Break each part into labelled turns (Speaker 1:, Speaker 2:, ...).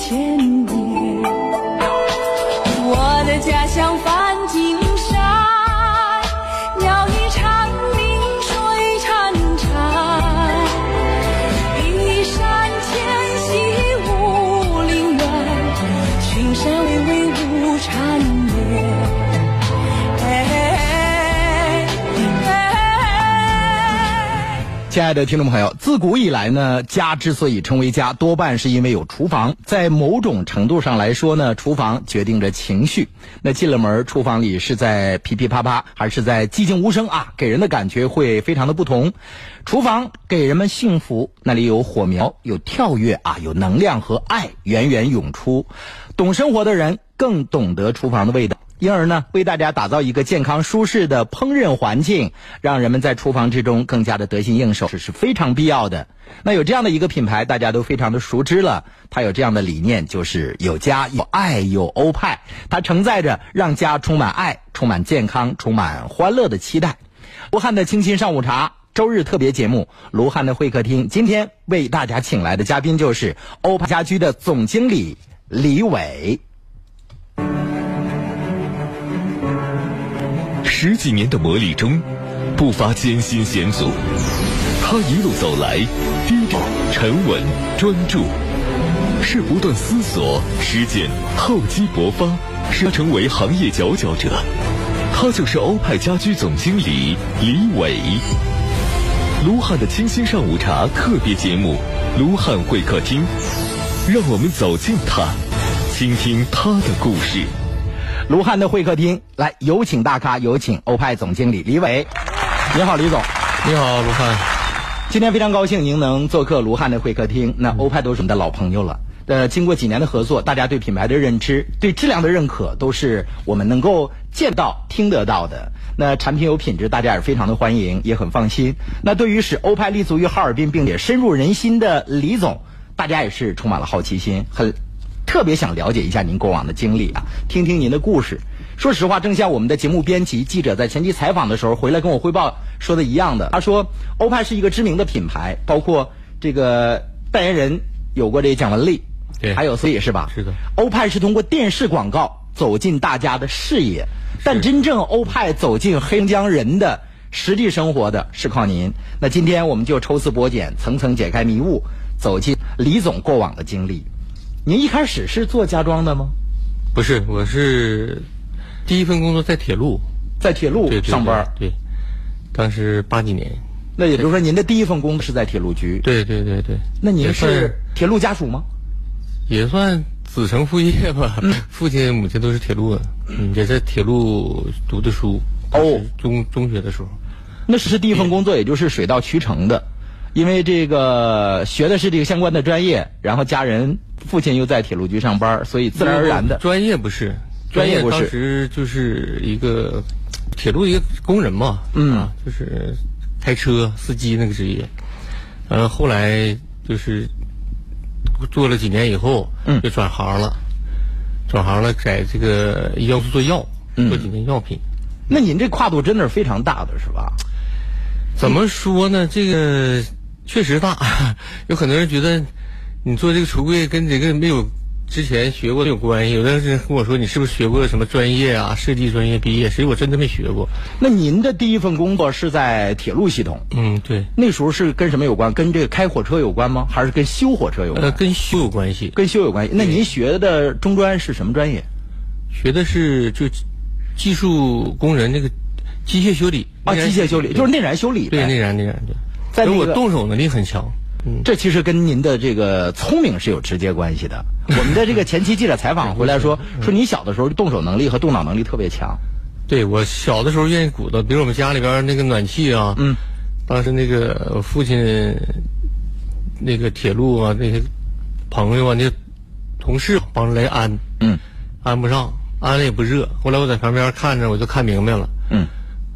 Speaker 1: 千年。我的家乡梵净山，鸟语蝉鸣，水潺潺。一山千溪五陵远，群山巍巍无缠绵。哎哎
Speaker 2: 亲爱的听众朋友，自古以来呢，家之所以称为家，多半是因为有厨房。在某种程度上来说呢，厨房决定着情绪。那进了门，厨房里是在噼噼啪啪，还是在寂静无声啊？给人的感觉会非常的不同。厨房给人们幸福，那里有火苗，有跳跃啊，有能量和爱源源涌出。懂生活的人更懂得厨房的味道。因而呢，为大家打造一个健康舒适的烹饪环境，让人们在厨房之中更加的得心应手，这是非常必要的。那有这样的一个品牌，大家都非常的熟知了。它有这样的理念，就是有家、有爱、有欧派。它承载着让家充满爱、充满健康、充满欢乐的期待。卢汉的清新上午茶周日特别节目《卢汉的会客厅》，今天为大家请来的嘉宾就是欧派家居的总经理李伟。
Speaker 3: 十几年的磨砺中，不乏艰辛险阻，他一路走来，低调、沉稳、专注，是不断思索、实践、厚积薄发，使他成为行业佼佼者。他就是欧派家居总经理李伟。卢汉的清新上午茶特别节目《卢汉会客厅》，让我们走进他，倾听他的故事。
Speaker 2: 卢汉的会客厅，来有请大咖，有请欧派总经理李伟。你好，李总，
Speaker 4: 你好，卢汉。
Speaker 2: 今天非常高兴您能做客卢汉的会客厅。那欧派都是我们的老朋友了，呃，经过几年的合作，大家对品牌的认知、对质量的认可，都是我们能够见到、听得到的。那产品有品质，大家也非常的欢迎，也很放心。那对于使欧派立足于哈尔滨，并且深入人心的李总，大家也是充满了好奇心，很特别想了解一下您过往的经历啊，听听您的故事。说实话，正像我们的节目编辑记者在前期采访的时候回来跟我汇报说的一样的，他说欧派是一个知名的品牌，包括这个代言人有过这蒋雯丽，
Speaker 4: 对
Speaker 2: 还有所以是吧？
Speaker 4: 是的
Speaker 2: 欧派是通过电视广告走进大家的视野，但真正欧派走进黑龙江人的实际生活的是靠您。那今天我们就抽丝剥茧，层层解开迷雾，走进李总过往的经历。您一开始是做家装的吗？
Speaker 4: 不是，我是第一份工作在铁路
Speaker 2: 在铁路
Speaker 4: 对对
Speaker 2: 上班儿，
Speaker 4: 对，对当时八几年，
Speaker 2: 那也就是说您的第一份工作是在铁路局。
Speaker 4: 对对对对。
Speaker 2: 那
Speaker 4: 也
Speaker 2: 您
Speaker 4: 算
Speaker 2: 是铁路家属吗？
Speaker 4: 也算子承父业吧？
Speaker 2: 嗯
Speaker 4: 父亲母亲都是铁路的，嗯，也在铁路读的书。
Speaker 2: 哦
Speaker 4: 就是中中学的时候，
Speaker 2: 那是第一份工作，也就是水到渠成的，因为这个学的是这个相关的专业，然后家人父亲又在铁路局上班儿，所以自然而然的。
Speaker 4: 专业不是，
Speaker 2: 专业不是
Speaker 4: 当时就是一个铁路一个工人嘛，
Speaker 2: 嗯
Speaker 4: 啊，就是开车司机那个职业。呃，后来就是做了几年以后，
Speaker 2: 嗯
Speaker 4: 就转行了，转行了，在这个医药处做药，做几年药品。
Speaker 2: 嗯那您这跨度真的是非常大的，是吧？
Speaker 4: 怎么说呢？这个确实大， 有很多人觉得你做这个橱柜跟这个没有之前学过的有关系。有的人跟我说你是不是学过什么专业啊？设计专业毕业？其实我真的没学过。
Speaker 2: 那您的第一份工作是在铁路系统，
Speaker 4: 嗯，对，
Speaker 2: 那时候是跟什么有关？跟这个开火车有关吗？还是跟修火车有关？
Speaker 4: 呃，跟修有关系，
Speaker 2: 跟修有关系。那您学的中专是什么专业？
Speaker 4: 学的是就技术工人那个机械修理
Speaker 2: 啊，机械修理，就是内燃修理呗。
Speaker 4: 对内燃内燃对。
Speaker 2: 在那
Speaker 4: 而
Speaker 2: 个
Speaker 4: 我动手能力很强，
Speaker 2: 这其实跟您的这个聪明是有直接关系 的。我们的这个前期记者采访回来说，说你小的时候动手能力和动脑能力特别强。
Speaker 4: 对我小的时候愿意鼓捣，比如我们家里边儿那个暖气啊，
Speaker 2: 嗯，
Speaker 4: 当时那个我父亲那个铁路啊，那些朋友啊，那些同事帮着来安，
Speaker 2: 嗯
Speaker 4: 安不上，安了也不热。后来我在旁边看着，我就看明白了，
Speaker 2: 嗯，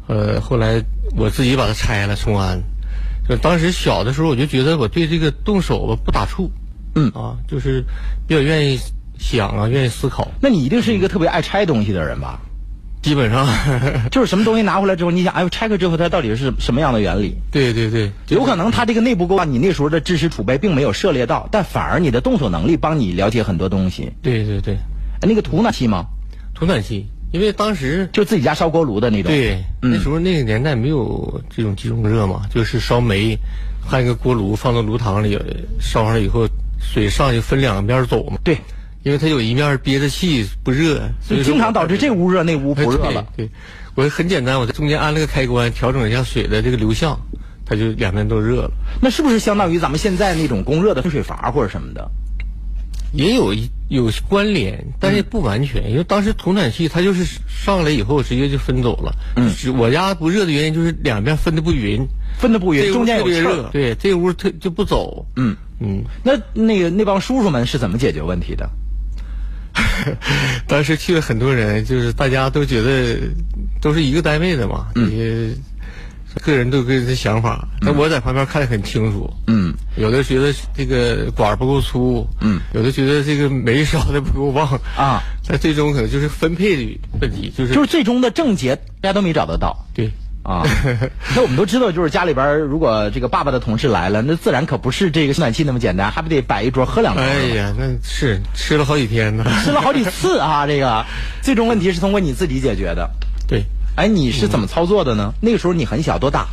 Speaker 4: 呃，后来我自己把它拆了重安。就当时小的时候，我就觉得我对这个动手吧不打怵，
Speaker 2: 嗯
Speaker 4: 啊，就是比较愿意想啊，愿意思考。
Speaker 2: 那你一定是一个特别爱拆东西的人吧？
Speaker 4: 基本上，
Speaker 2: 就是什么东西拿回来之后，你想，哎呦，拆开之后它到底是什么样的原理？
Speaker 4: 对对对，
Speaker 2: 有可能它这个内部构造，你那时候的知识储备并没有涉猎到，但反而你的动手能力帮你了解很多东西。
Speaker 4: 对对对，
Speaker 2: 哎那个土暖气吗？
Speaker 4: 土暖气，因为当时
Speaker 2: 就自己家烧锅炉的那种。嗯
Speaker 4: 对，那时候那个年代没有这种集中热嘛，就是烧煤，焊一个锅炉放到炉膛里烧上了以后，水上去分两边走嘛。
Speaker 2: 对，
Speaker 4: 因为它有一面憋着气不热，所以说
Speaker 2: 就经常导致这屋热那屋
Speaker 4: 我
Speaker 2: 不热了。
Speaker 4: 哎对，对我很简单，我在中间安了个开关，调整一下水的这个流向，它就两边都热了。
Speaker 2: 那是不是相当于咱们现在那种供热的分水阀或者什么的？
Speaker 4: 也有一有关联，但是不完全，因为当时土暖气它就是上来以后直接就分走了。嗯，我家不热的原因就是两边分的不匀，
Speaker 2: 分的不
Speaker 4: 这
Speaker 2: 匀，
Speaker 4: 屋
Speaker 2: 中间有
Speaker 4: 特别
Speaker 2: 气
Speaker 4: 热
Speaker 2: 儿。
Speaker 4: 对，这屋它就不走。
Speaker 2: 嗯，
Speaker 4: 嗯，
Speaker 2: 那那个那帮叔叔们是怎么解决问题的？
Speaker 4: 当时去了很多人，就是大家都觉得都是一个单位的嘛，
Speaker 2: 嗯
Speaker 4: 这些个人都有个人的想法。但我在旁边看得很清楚。
Speaker 2: 嗯，
Speaker 4: 有的觉得这个管儿不够粗，
Speaker 2: 嗯，
Speaker 4: 有的觉得这个煤烧的不够旺
Speaker 2: 啊。
Speaker 4: 但最终可能就是分配的问题，就是
Speaker 2: 就是最终的症结，大家都没找得到。
Speaker 4: 对。
Speaker 2: 啊，那我们都知道，就是家里边儿如果这个爸爸的同事来了，那自然可不是这个暖气那么简单，还不得摆一桌喝两盅。
Speaker 4: 哎呀，那是吃了好几天呢。
Speaker 2: 吃了好几次啊，这个最终问题是通过你自己解决的。
Speaker 4: 对，
Speaker 2: 哎，你是怎么操作的呢？那个时候你很小，多大？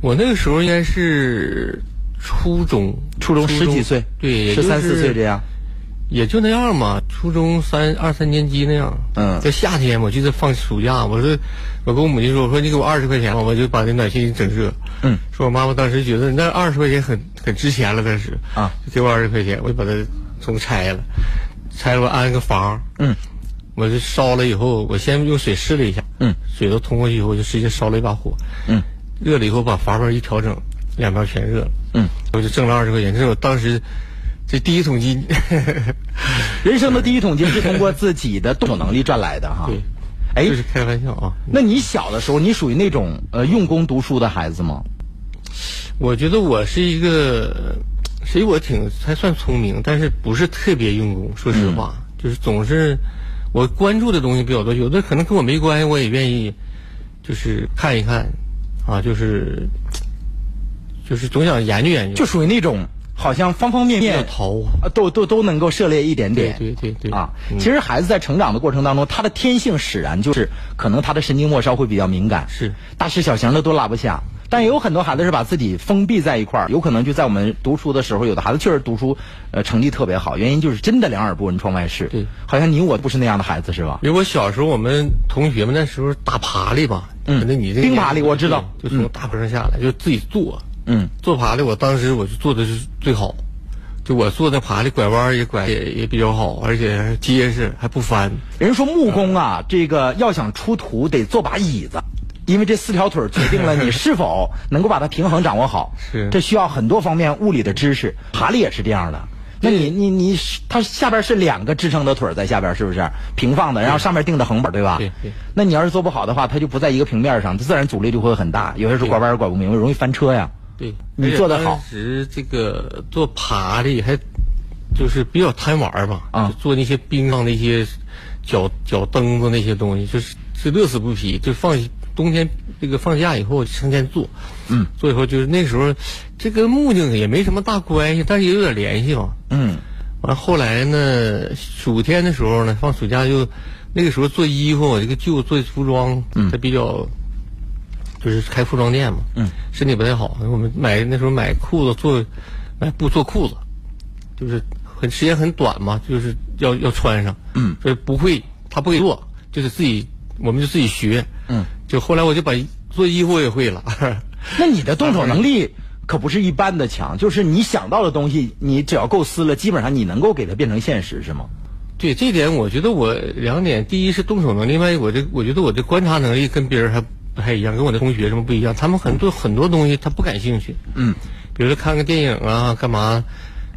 Speaker 4: 我那个时候应该是初中，
Speaker 2: 初中十几岁，
Speaker 4: 对，也
Speaker 2: 十
Speaker 4: 就
Speaker 2: 三四岁这样。
Speaker 4: 也就那样嘛，初中三二三年级那样。
Speaker 2: 嗯
Speaker 4: 在夏天我记得放暑假，我说我跟我母亲说，我说你给我二十块钱吧，我就把那暖气整热。
Speaker 2: 嗯，
Speaker 4: 说我妈妈当时觉得那二十块钱很很值钱了，当时
Speaker 2: 啊，
Speaker 4: 就给我二十块钱，我就把它从拆了，拆了我安个房。
Speaker 2: 嗯，
Speaker 4: 我就烧了以后，我先用水试了一下。
Speaker 2: 嗯，
Speaker 4: 水都通过去以后，我就直接烧了一把火。
Speaker 2: 嗯，
Speaker 4: 热了以后把阀门一调整，两边全热了。
Speaker 2: 嗯，
Speaker 4: 我就挣了二十块钱，这是我当时这第一桶金。
Speaker 2: 人生的第一桶金是通过自己的动手能 力赚来的哈。
Speaker 4: 对，
Speaker 2: 哎
Speaker 4: 就，是开玩笑啊。
Speaker 2: 那你小的时候，你属于那种呃用功读书的孩子吗？
Speaker 4: 我觉得我是一个，所以我挺还算聪明，但是不是特别用功。说实话，
Speaker 2: 嗯
Speaker 4: 就是总是我关注的东西比较多，有的可能跟我没关系，我也愿意就是看一看，啊，就是就是总想研究研究，
Speaker 2: 就属于那种好像方方面
Speaker 4: 比较
Speaker 2: 面
Speaker 4: 淘。
Speaker 2: 啊，都都都能够涉猎一点点。
Speaker 4: 对对对对
Speaker 2: 啊，
Speaker 4: 嗯
Speaker 2: 其实孩子在成长的过程当中，他的天性使然就是，可能他的神经末梢会比较敏感，
Speaker 4: 是
Speaker 2: 大事小情的都拉不下。但也有很多孩子是把自己封闭在一块儿，有可能就在我们读书的时候，有的孩子确实读书，呃，成绩特别好，原因就是真的两耳不闻窗外事。
Speaker 4: 对，
Speaker 2: 好像你我不是那样的孩子是吧？
Speaker 4: 因为我小时候，我们同学们那时候打爬犁吧，
Speaker 2: 嗯
Speaker 4: 可能你这个
Speaker 2: 冰爬犁我知道
Speaker 4: 对就从大坡上下来，就自己做，
Speaker 2: 嗯，
Speaker 4: 做爬犁，我当时我就做的是最好，就我做那爬犁拐弯儿也拐也也比较好，而且还结实还不翻。
Speaker 2: 人说木工啊，这个要想出徒得做把椅子，因为这四条腿儿决定了你是否能够把它平衡掌握好。
Speaker 4: 是
Speaker 2: 这需要很多方面物理的知识。爬犁也是这样的。那你你你是，它下边是两个支撑的腿儿在下边，是不是平放的？然后上面钉的横板，对吧？
Speaker 4: 对对
Speaker 2: 那你要是做不好的话，它就不在一个平面上，它自然阻力就会很大。有些时候拐弯儿拐不明白，容易翻车呀。
Speaker 4: 对，
Speaker 2: 你
Speaker 4: 而且
Speaker 2: 做得好
Speaker 4: 当时这个做爬犁还就是比较贪玩儿吧，
Speaker 2: 啊
Speaker 4: 就做那些冰上的一些脚脚蹬子那些东西，就是是乐此不疲，就放冬天这个放假以后成天做，嗯，做以后就是那时候这跟木匠也没什么大关系，但是也有点联系吧，
Speaker 2: 嗯，
Speaker 4: 完后来呢，暑天的时候呢，放暑假就那个时候做衣服，我这个舅做服装，他比较就是开服装店嘛，嗯，身体不太好，我们买那时候买裤子做买布做裤子，就是很时间很短嘛，就是要要穿上，嗯，所以不会，他不给做，就是自己我们就自己学，嗯，就后来我就把做衣服我也会了，
Speaker 2: 那你的动手能力可不是一般的强，就是你想到的东西，你只要构思了，基本上你能够给它变成现实，是吗？
Speaker 4: 对这点，我觉得我两点，第一是动手能力，另外我这我觉得我这观察能力跟别人还不太一样，跟我的同学什么不一样，他们很多很多东西他不感兴趣，
Speaker 2: 嗯，
Speaker 4: 比如说看个电影啊，干嘛，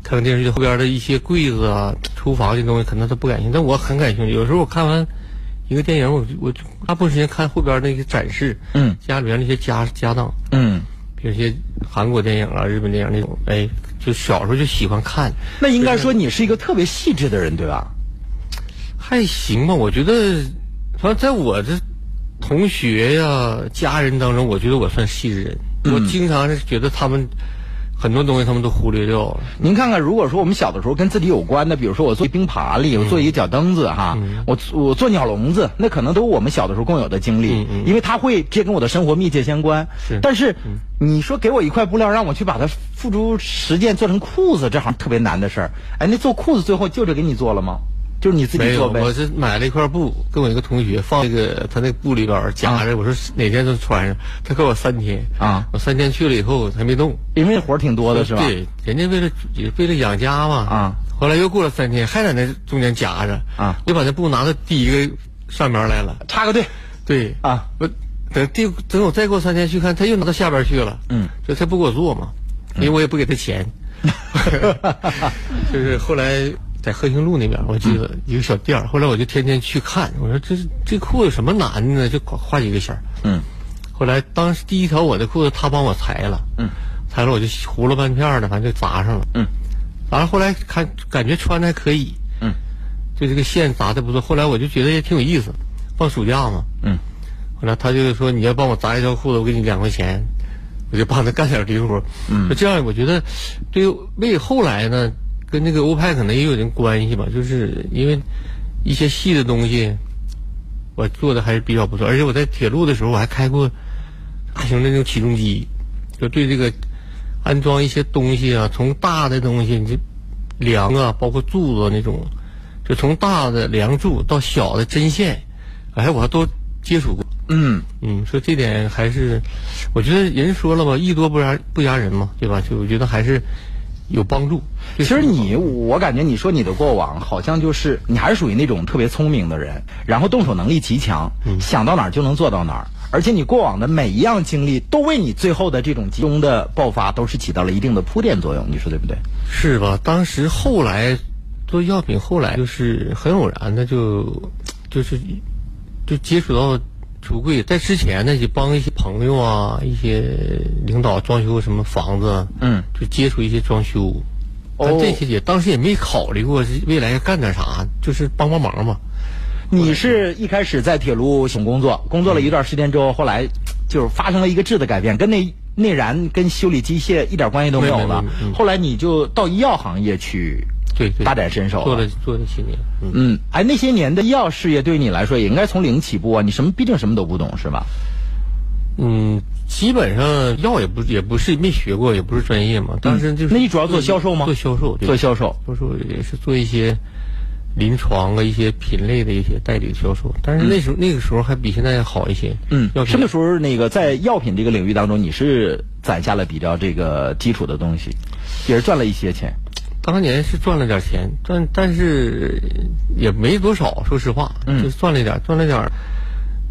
Speaker 4: 看个电视剧后边的一些柜子啊、厨房这东西，可能他不感兴趣，但我很感兴趣。有时候我看完一个电影，我就我就大部分时间看后边那个展示，
Speaker 2: 嗯，
Speaker 4: 家里边那些家家当，
Speaker 2: 嗯，
Speaker 4: 比如一些韩国电影啊、日本电影那种，哎，就小时候就喜欢看，
Speaker 2: 那应该说你是一个特别细致的人，对吧？
Speaker 4: 还行吧，我觉得完，在我的同学呀、家人当中，我觉得我算细致人。
Speaker 2: 嗯
Speaker 4: 我经常是觉得他们很多东西他们都忽略掉了。
Speaker 2: 您看看，如果说我们小的时候跟自己有关的，比如说我做冰爬
Speaker 4: 嗯
Speaker 2: 犁，我做一个脚蹬子哈，我我做鸟笼子，那可能都是我们小的时候共有的经历，因为它会这跟我的生活密切相关。
Speaker 4: 嗯是嗯
Speaker 2: 但是、你说给我一块布料，让我去把它付诸实践做成裤子，这好像特别难的事儿。哎，那做裤子最后就着给你做了吗？就是你自
Speaker 4: 没
Speaker 2: 己
Speaker 4: 有，
Speaker 2: 做呗？
Speaker 4: 我是买了一块布，跟我一个同学放那个他那布里边儿夹着，我说哪天就穿上，他给我三天
Speaker 2: 啊
Speaker 4: 我三天去了以后还没动，
Speaker 2: 因为活儿挺多的是吧？
Speaker 4: 对，人家为了也为了养家嘛
Speaker 2: 啊，
Speaker 4: 后来又过了三天，还在那中间夹着
Speaker 2: 啊，
Speaker 4: 又把那布拿到第一个上面来了，
Speaker 2: 插个队
Speaker 4: 对
Speaker 2: 啊，
Speaker 4: 我等第等我再过三天去看，他又拿到下边去了。
Speaker 2: 嗯，
Speaker 4: 就他不给我做嘛，因为我也不给他钱。 就是后来在鹤兴路那边，我记得
Speaker 2: 嗯
Speaker 4: 一个小店儿，后来我就天天去看，我说这这裤子有什么难的呢？就花花几个钱儿。
Speaker 2: 嗯，
Speaker 4: 后来当时第一条我的裤子他帮我裁了，
Speaker 2: 嗯，
Speaker 4: 裁了我就糊了半片儿的，反正就砸上了。
Speaker 2: 嗯，
Speaker 4: 砸上后来看感觉穿的还可以。
Speaker 2: 嗯，
Speaker 4: 就这个线砸的不错，后来我就觉得也挺有意思，放暑假嘛。
Speaker 2: 嗯，
Speaker 4: 后来他就说：“你要帮我砸一条裤子，我给你两块钱。”我就帮他干点零活。嗯，这样我觉得，对于为后来呢，跟那个欧派可能也有点关系吧，就是因为一些细的东西，我做的还是比较不错。而且我在铁路的时候，我还开过大型的那种起重机，就对这个安装一些东西啊，从大的东西，你就梁啊，包括柱子那种，就从大的梁柱到小的针线，哎，我还都接触过。
Speaker 2: 嗯。
Speaker 4: 嗯，说这点还是，我觉得人说了吧，艺多不压不压人嘛，对吧？就我觉得还是有帮助。
Speaker 2: 其实你，我感觉你说你的过往，好像就是你还是属于那种特别聪明的人，然后动手能力极强，
Speaker 4: 嗯
Speaker 2: 想到哪儿就能做到哪儿，而且你过往的每一样经历，都为你最后的这种集中的爆发，都是起到了一定的铺垫作用，你说对不对？
Speaker 4: 是吧？当时后来做药品，后来就是很偶然的就就是就接触到橱柜，在之前呢就帮一些朋友啊、一些领导装修什么房子，
Speaker 2: 嗯，
Speaker 4: 就接触一些装修。但
Speaker 2: 哦
Speaker 4: 这些也当时也没考虑过是未来要干点啥，就是帮帮忙嘛。
Speaker 2: 你是一开始在铁路总工作，工作了一段时间之后，后来就是发生了一个质的改变，跟那内燃跟修理机械一点关系都没有
Speaker 4: 没
Speaker 2: 了
Speaker 4: 没没。嗯
Speaker 2: 后来你就到医药行业去
Speaker 4: 对对，
Speaker 2: 大展身手了啊
Speaker 4: 做了做了些年，嗯。
Speaker 2: 嗯，哎，那些年的医药事业对你来说也应该从零起步啊，你什么毕竟什么都不懂是吧？
Speaker 4: 嗯，基本上药也不也不是没学过，也不是专业嘛。当时就是
Speaker 2: 嗯那你主要做销售吗
Speaker 4: 做销售，对
Speaker 2: 做销售，
Speaker 4: 销售也是做一些临床啊、一些品类的一些代理销售。但是那时候、那个时候还比现在好一些。
Speaker 2: 嗯
Speaker 4: 药，
Speaker 2: 什
Speaker 4: 品
Speaker 2: 么时候那个在药品这个领域当中，你是攒下了比较这个基础的东西，也是赚了一些钱。
Speaker 4: 当年是赚了点钱，但但是也没多少，说实话，
Speaker 2: 嗯
Speaker 4: 就赚了一点，赚了点儿。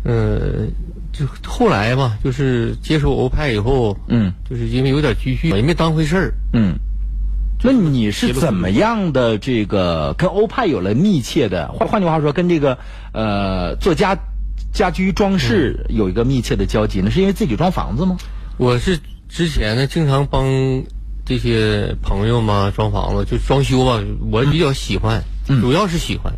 Speaker 4: 呃，就后来嘛，就是接受欧派以后，
Speaker 2: 嗯，
Speaker 4: 就是因为有点积蓄，也没当回事儿。
Speaker 2: 嗯，那你是怎么样的这个跟欧派有了密切的？换换句话说，跟这个呃做家家居装饰
Speaker 4: 嗯
Speaker 2: 有一个密切的交集，那是因为自己装房子吗？
Speaker 4: 我是之前呢，经常帮这些朋友嘛装房子，就装修吧，我比较喜欢，主要是喜欢，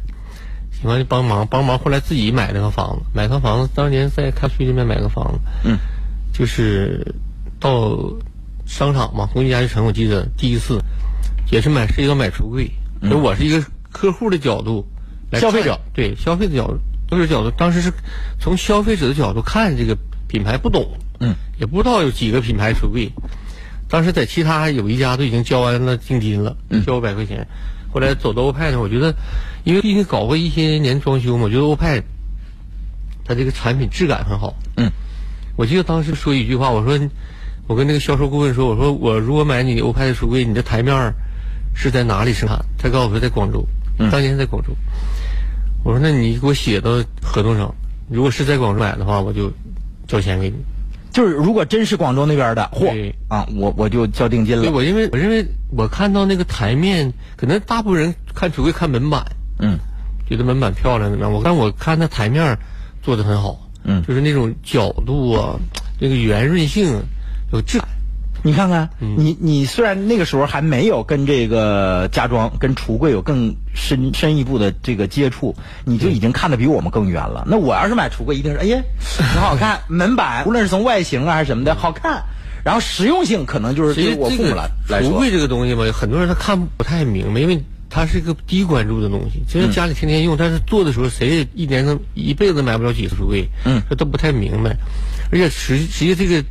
Speaker 4: 喜欢就帮忙帮忙。后来自己买了个房子，买套房子，当年在开区这边买个房子，
Speaker 2: 嗯，
Speaker 4: 就是到商场嘛，红旗家具城，我记得第一次也是买涉及到买橱柜，所以我是一个客户的角度来
Speaker 2: 消费
Speaker 4: 看
Speaker 2: 者
Speaker 4: 对消费者角度，消费者角度，当时是从消费者的角度看这个品牌不懂，
Speaker 2: 嗯，
Speaker 4: 也不知道有几个品牌橱柜。当时在其他有一家都已经交完了定金了，交五百块钱。后来走到欧派呢，我觉得，因为毕竟搞过一些年装修嘛，我觉得欧派它这个产品质感很好。
Speaker 2: 嗯，
Speaker 4: 我记得当时说一句话，我说，我跟那个销售顾问说，我说我如果买你欧派的橱柜，你的台面儿是在哪里生产？他告诉我说在广州，当年在广州。我说那你给我写到合同上，如果是在广州买的话，我就交钱给你。
Speaker 2: 就是如果真是广州那边的货
Speaker 4: 对
Speaker 2: 啊，我我就交定金
Speaker 4: 对，
Speaker 2: 了。
Speaker 4: 我因为我认为我看到那个台面，可能大部分人看橱柜看门板，
Speaker 2: 嗯。
Speaker 4: 觉得门板漂亮怎么样？我但我看它台面儿做的很好，
Speaker 2: 嗯
Speaker 4: 啊就是那种角度啊，那个圆润性有质感。
Speaker 2: 你看看，你你虽然那个时候还没有跟这个家装、跟橱柜有更深深一步的这个接触，你就已经看得比我们更远了。那我要是买橱柜，一定是哎呀，很好看，门板无论是从外形啊还是什么的，好看。然后实用性可能就是
Speaker 4: 其
Speaker 2: 对于
Speaker 4: 实
Speaker 2: 我
Speaker 4: 这
Speaker 2: 父母来
Speaker 4: 个
Speaker 2: 来
Speaker 4: 橱
Speaker 2: 说，
Speaker 4: 柜这个东西吧，很多人他看不太明白，因为它是一个低关注的东西。
Speaker 2: 嗯
Speaker 4: 其实家里天天用，但是做的时候谁也一年能一辈子买不了几个橱柜，
Speaker 2: 嗯，
Speaker 4: 这都不太明白。而且实实际这个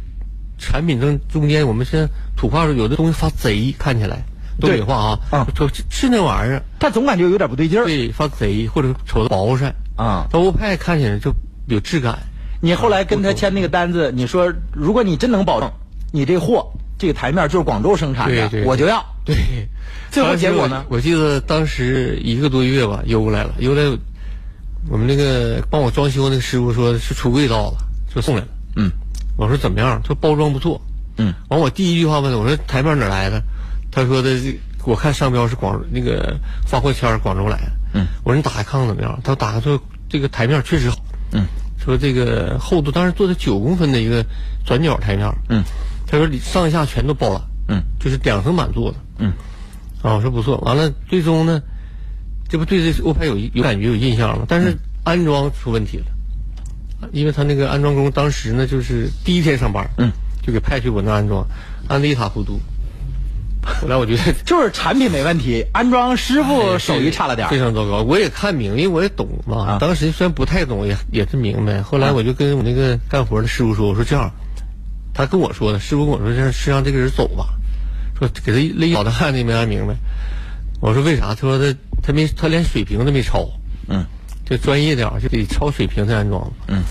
Speaker 4: 产品中中间，我们现在土话说有的东西发贼，看起来东北话啊，
Speaker 2: 啊
Speaker 4: 就是是那玩意儿，
Speaker 2: 但总感觉有点不对劲儿。
Speaker 4: 对，发贼或者瞅着薄碜
Speaker 2: 啊
Speaker 4: 欧派看起来就有质感。
Speaker 2: 你后来跟他签那个单子，你说如果你真能保证你这货这个台面就是广州生产的，
Speaker 4: 对对
Speaker 2: 我就要。
Speaker 4: 对，
Speaker 2: 最后结果呢
Speaker 4: 当时我？我记得当时一个多月吧，邮来了，邮来，我们那个帮我装修那个师傅说是橱柜到了，就送来了。
Speaker 2: 嗯，
Speaker 4: 我说怎么样？他说包装不错。
Speaker 2: 嗯，
Speaker 4: 完我第一句话问他，我说台面哪儿来的？他说的这我看商标是广那个发货签儿广州来的。嗯，我说你打开看看怎么样？他说打开说这个台面确实好。
Speaker 2: 嗯，
Speaker 4: 说这个厚度当时做的九公分的一个转角台面。
Speaker 2: 嗯，
Speaker 4: 他说里上下全都包了。
Speaker 2: 嗯，
Speaker 4: 就是两层板做的。
Speaker 2: 嗯，
Speaker 4: 啊，我说不错。完了，最终呢，这不对这欧派有有感觉有印象了，但
Speaker 2: 嗯
Speaker 4: 是安装出问题了。因为他那个安装工当时呢，就是第一天上班，嗯，就给派去我那安装，安的一塌糊涂。后来我觉得 哎
Speaker 2: 就是产品没问题，安装师傅手艺差了点儿
Speaker 4: 非。常糟糕。我也看明白，因为我也懂嘛。
Speaker 2: 啊
Speaker 4: 当时虽然不太懂，也也是明白。后来我就跟我那个干活的师傅说：“我说这样，他跟我说的，师傅跟我说这样是让这个人走吧，说给他勒一脑袋汗的没安明白。”我说为啥？他说他他没他连水平都没超。
Speaker 2: 嗯，
Speaker 4: 这专业点儿就得超水平才安装。嗯，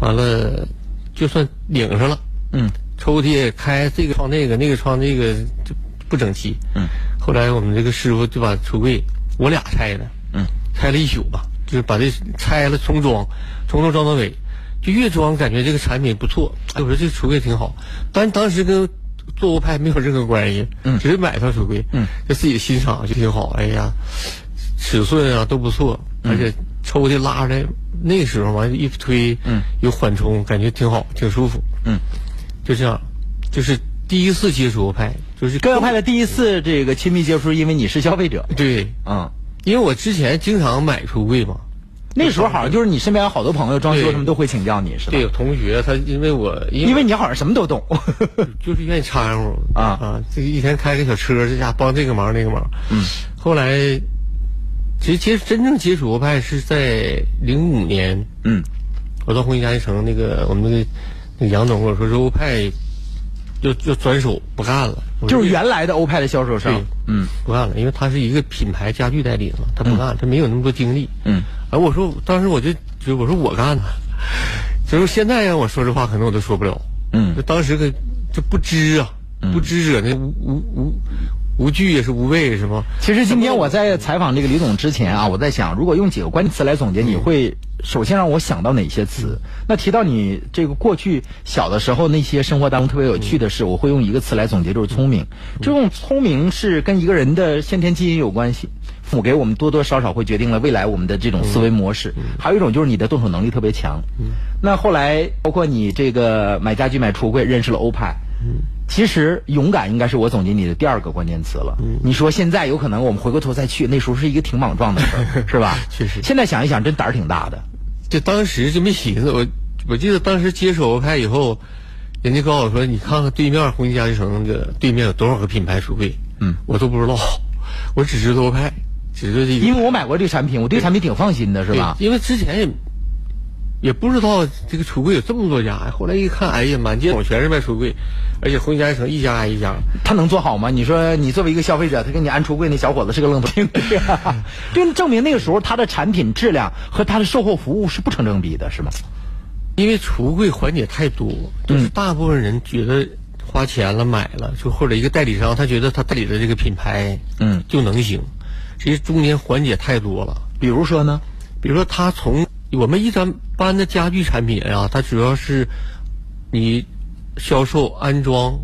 Speaker 4: 完了就算拧上了。
Speaker 2: 嗯，
Speaker 4: 抽屉开这个创那个，那个创那个，就不整齐。嗯，后来我们这个师傅就把橱柜，我俩拆的。嗯，拆了一宿吧，就是把这拆了重装，从头装到尾，就越装感觉这个产品不错。哎，我说这橱柜挺好，但当时跟做欧派没有任何关系，嗯，只是买一套橱柜，嗯，就自己欣赏就挺好。哎呀，尺寸啊都不错，
Speaker 2: 嗯
Speaker 4: 而且抽屉拉出来，那时候完一推，嗯，有缓冲，感觉挺好，挺舒服。
Speaker 2: 嗯，
Speaker 4: 就这样，就是第一次接触欧派，就是
Speaker 2: 跟派的第一次这个亲密接触，因为你是消费者。
Speaker 4: 对，
Speaker 2: 嗯，
Speaker 4: 啊因为我之前经常买橱柜嘛，
Speaker 2: 那时候好像就是你身边有好多朋友装修
Speaker 4: 对
Speaker 2: 什么都会请教你，是吧？
Speaker 4: 对，有同学他因为我因
Speaker 2: 因
Speaker 4: 为
Speaker 2: 为你好像什么都懂。
Speaker 4: 就是愿意掺和
Speaker 2: 啊
Speaker 4: 啊，这一天开个小车，这家帮这个忙那个忙。嗯，后来其实接真正接触欧派是在零五年，
Speaker 2: 嗯
Speaker 4: 我到红星家一城那个我们那个那个杨总跟我说，说欧派要要转手不干了，我说
Speaker 2: 就是原来的欧派的销
Speaker 4: 对
Speaker 2: 售商。，嗯，
Speaker 4: 不干了，因为他是一个品牌家具代理嘛，他不干，他没有那么多精力。
Speaker 2: 嗯，
Speaker 4: 而我说，当时我就就我说我干的， 就是现在让我说这话，可能我都说不了。
Speaker 2: 嗯
Speaker 4: 就当时个就不知啊，不知者那无无无无惧也是无畏是吗？
Speaker 2: 其实今天我在采访这个李总之前啊，我在想，如果用几个关键词来总结，你会首先让我想到哪些词？那提到你这个过去小的时候那些生活当中特别有趣的事，我会用一个词来总结，就是聪明。这种聪明是跟一个人的先天基因有关系，父母给我们多多少少会决定了未来我们的这种思维模式。还有一种就是你的动手能力特别强。那后来包括你这个买家具、买橱柜，认识了欧派。其实勇敢应该是我总结你的第二个关键词了。
Speaker 4: 嗯
Speaker 2: 你说现在有可能我们回过头再去，那时候是一个挺莽撞的事儿，是吧？
Speaker 4: 确实
Speaker 2: 现在想一想，真胆儿挺大的。
Speaker 4: 就当时就没寻思，我我记得当时接手派以后，人家告诉我说，你看看对面红星家具城的对面有多少个品牌橱柜，嗯，我都不知道， 我只知道派，只知道这个。
Speaker 2: 因为我买过这个产品，我对产品挺放心的，是
Speaker 4: 对，
Speaker 2: 吧？
Speaker 4: 因为之前也也不知道这个橱柜有这么多家，后来一看，哎呀，满街我全是卖橱柜，而且红家城一家挨一家。
Speaker 2: 他能做好吗？你说你作为一个消费者，他给你安橱柜那小伙子是个愣头青， 啊就证明那个时候他的产品质量和他的售后服务是不成正比的，是吗？嗯
Speaker 4: 因为橱柜环节太多，就是大部分人觉得花钱了买了，就或者一个代理商，他觉得他代理的这个品牌，
Speaker 2: 嗯，
Speaker 4: 就能行。其实中间环节太多了，
Speaker 2: 比如说呢？
Speaker 4: 比如说他从我们一般般的家具产品啊，它主要是你销售、安装、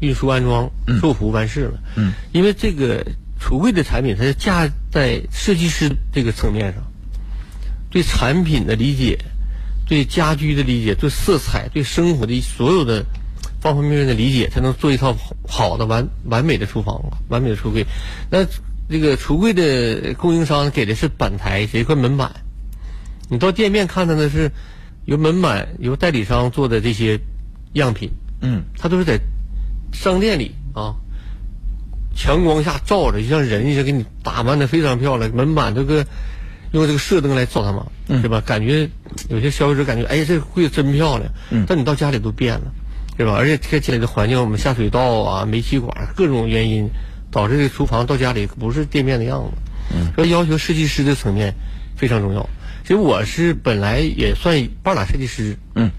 Speaker 4: 运输、安装、售服完事了。嗯，因为这个橱柜的产品，它是架在设计师这个层面上，对产品的理解、对家居的理解、对色彩、对生活的所有的方方面面的理解，才能做一套好的完完美的厨房、完美的橱柜。那这个橱柜的供应商给的是板材，是一块门板。你到店面看的呢是由门板由代理商做的这些样品，
Speaker 2: 嗯，
Speaker 4: 它都是在商店里啊，强光下照着，就像人一样，给你打扮的非常漂亮，门板这个用这个射灯来照它嘛，是吧？感觉有些消费者感觉，哎呀，这柜子真漂亮。但你到家里都变了，是吧？而且这家里的环境，我们下水道啊、煤气管各种原因，导致这个厨房到家里不是店面的样子。所以要求设计师的层面非常重要。其实我是本来也算半拉设计师，
Speaker 2: 嗯，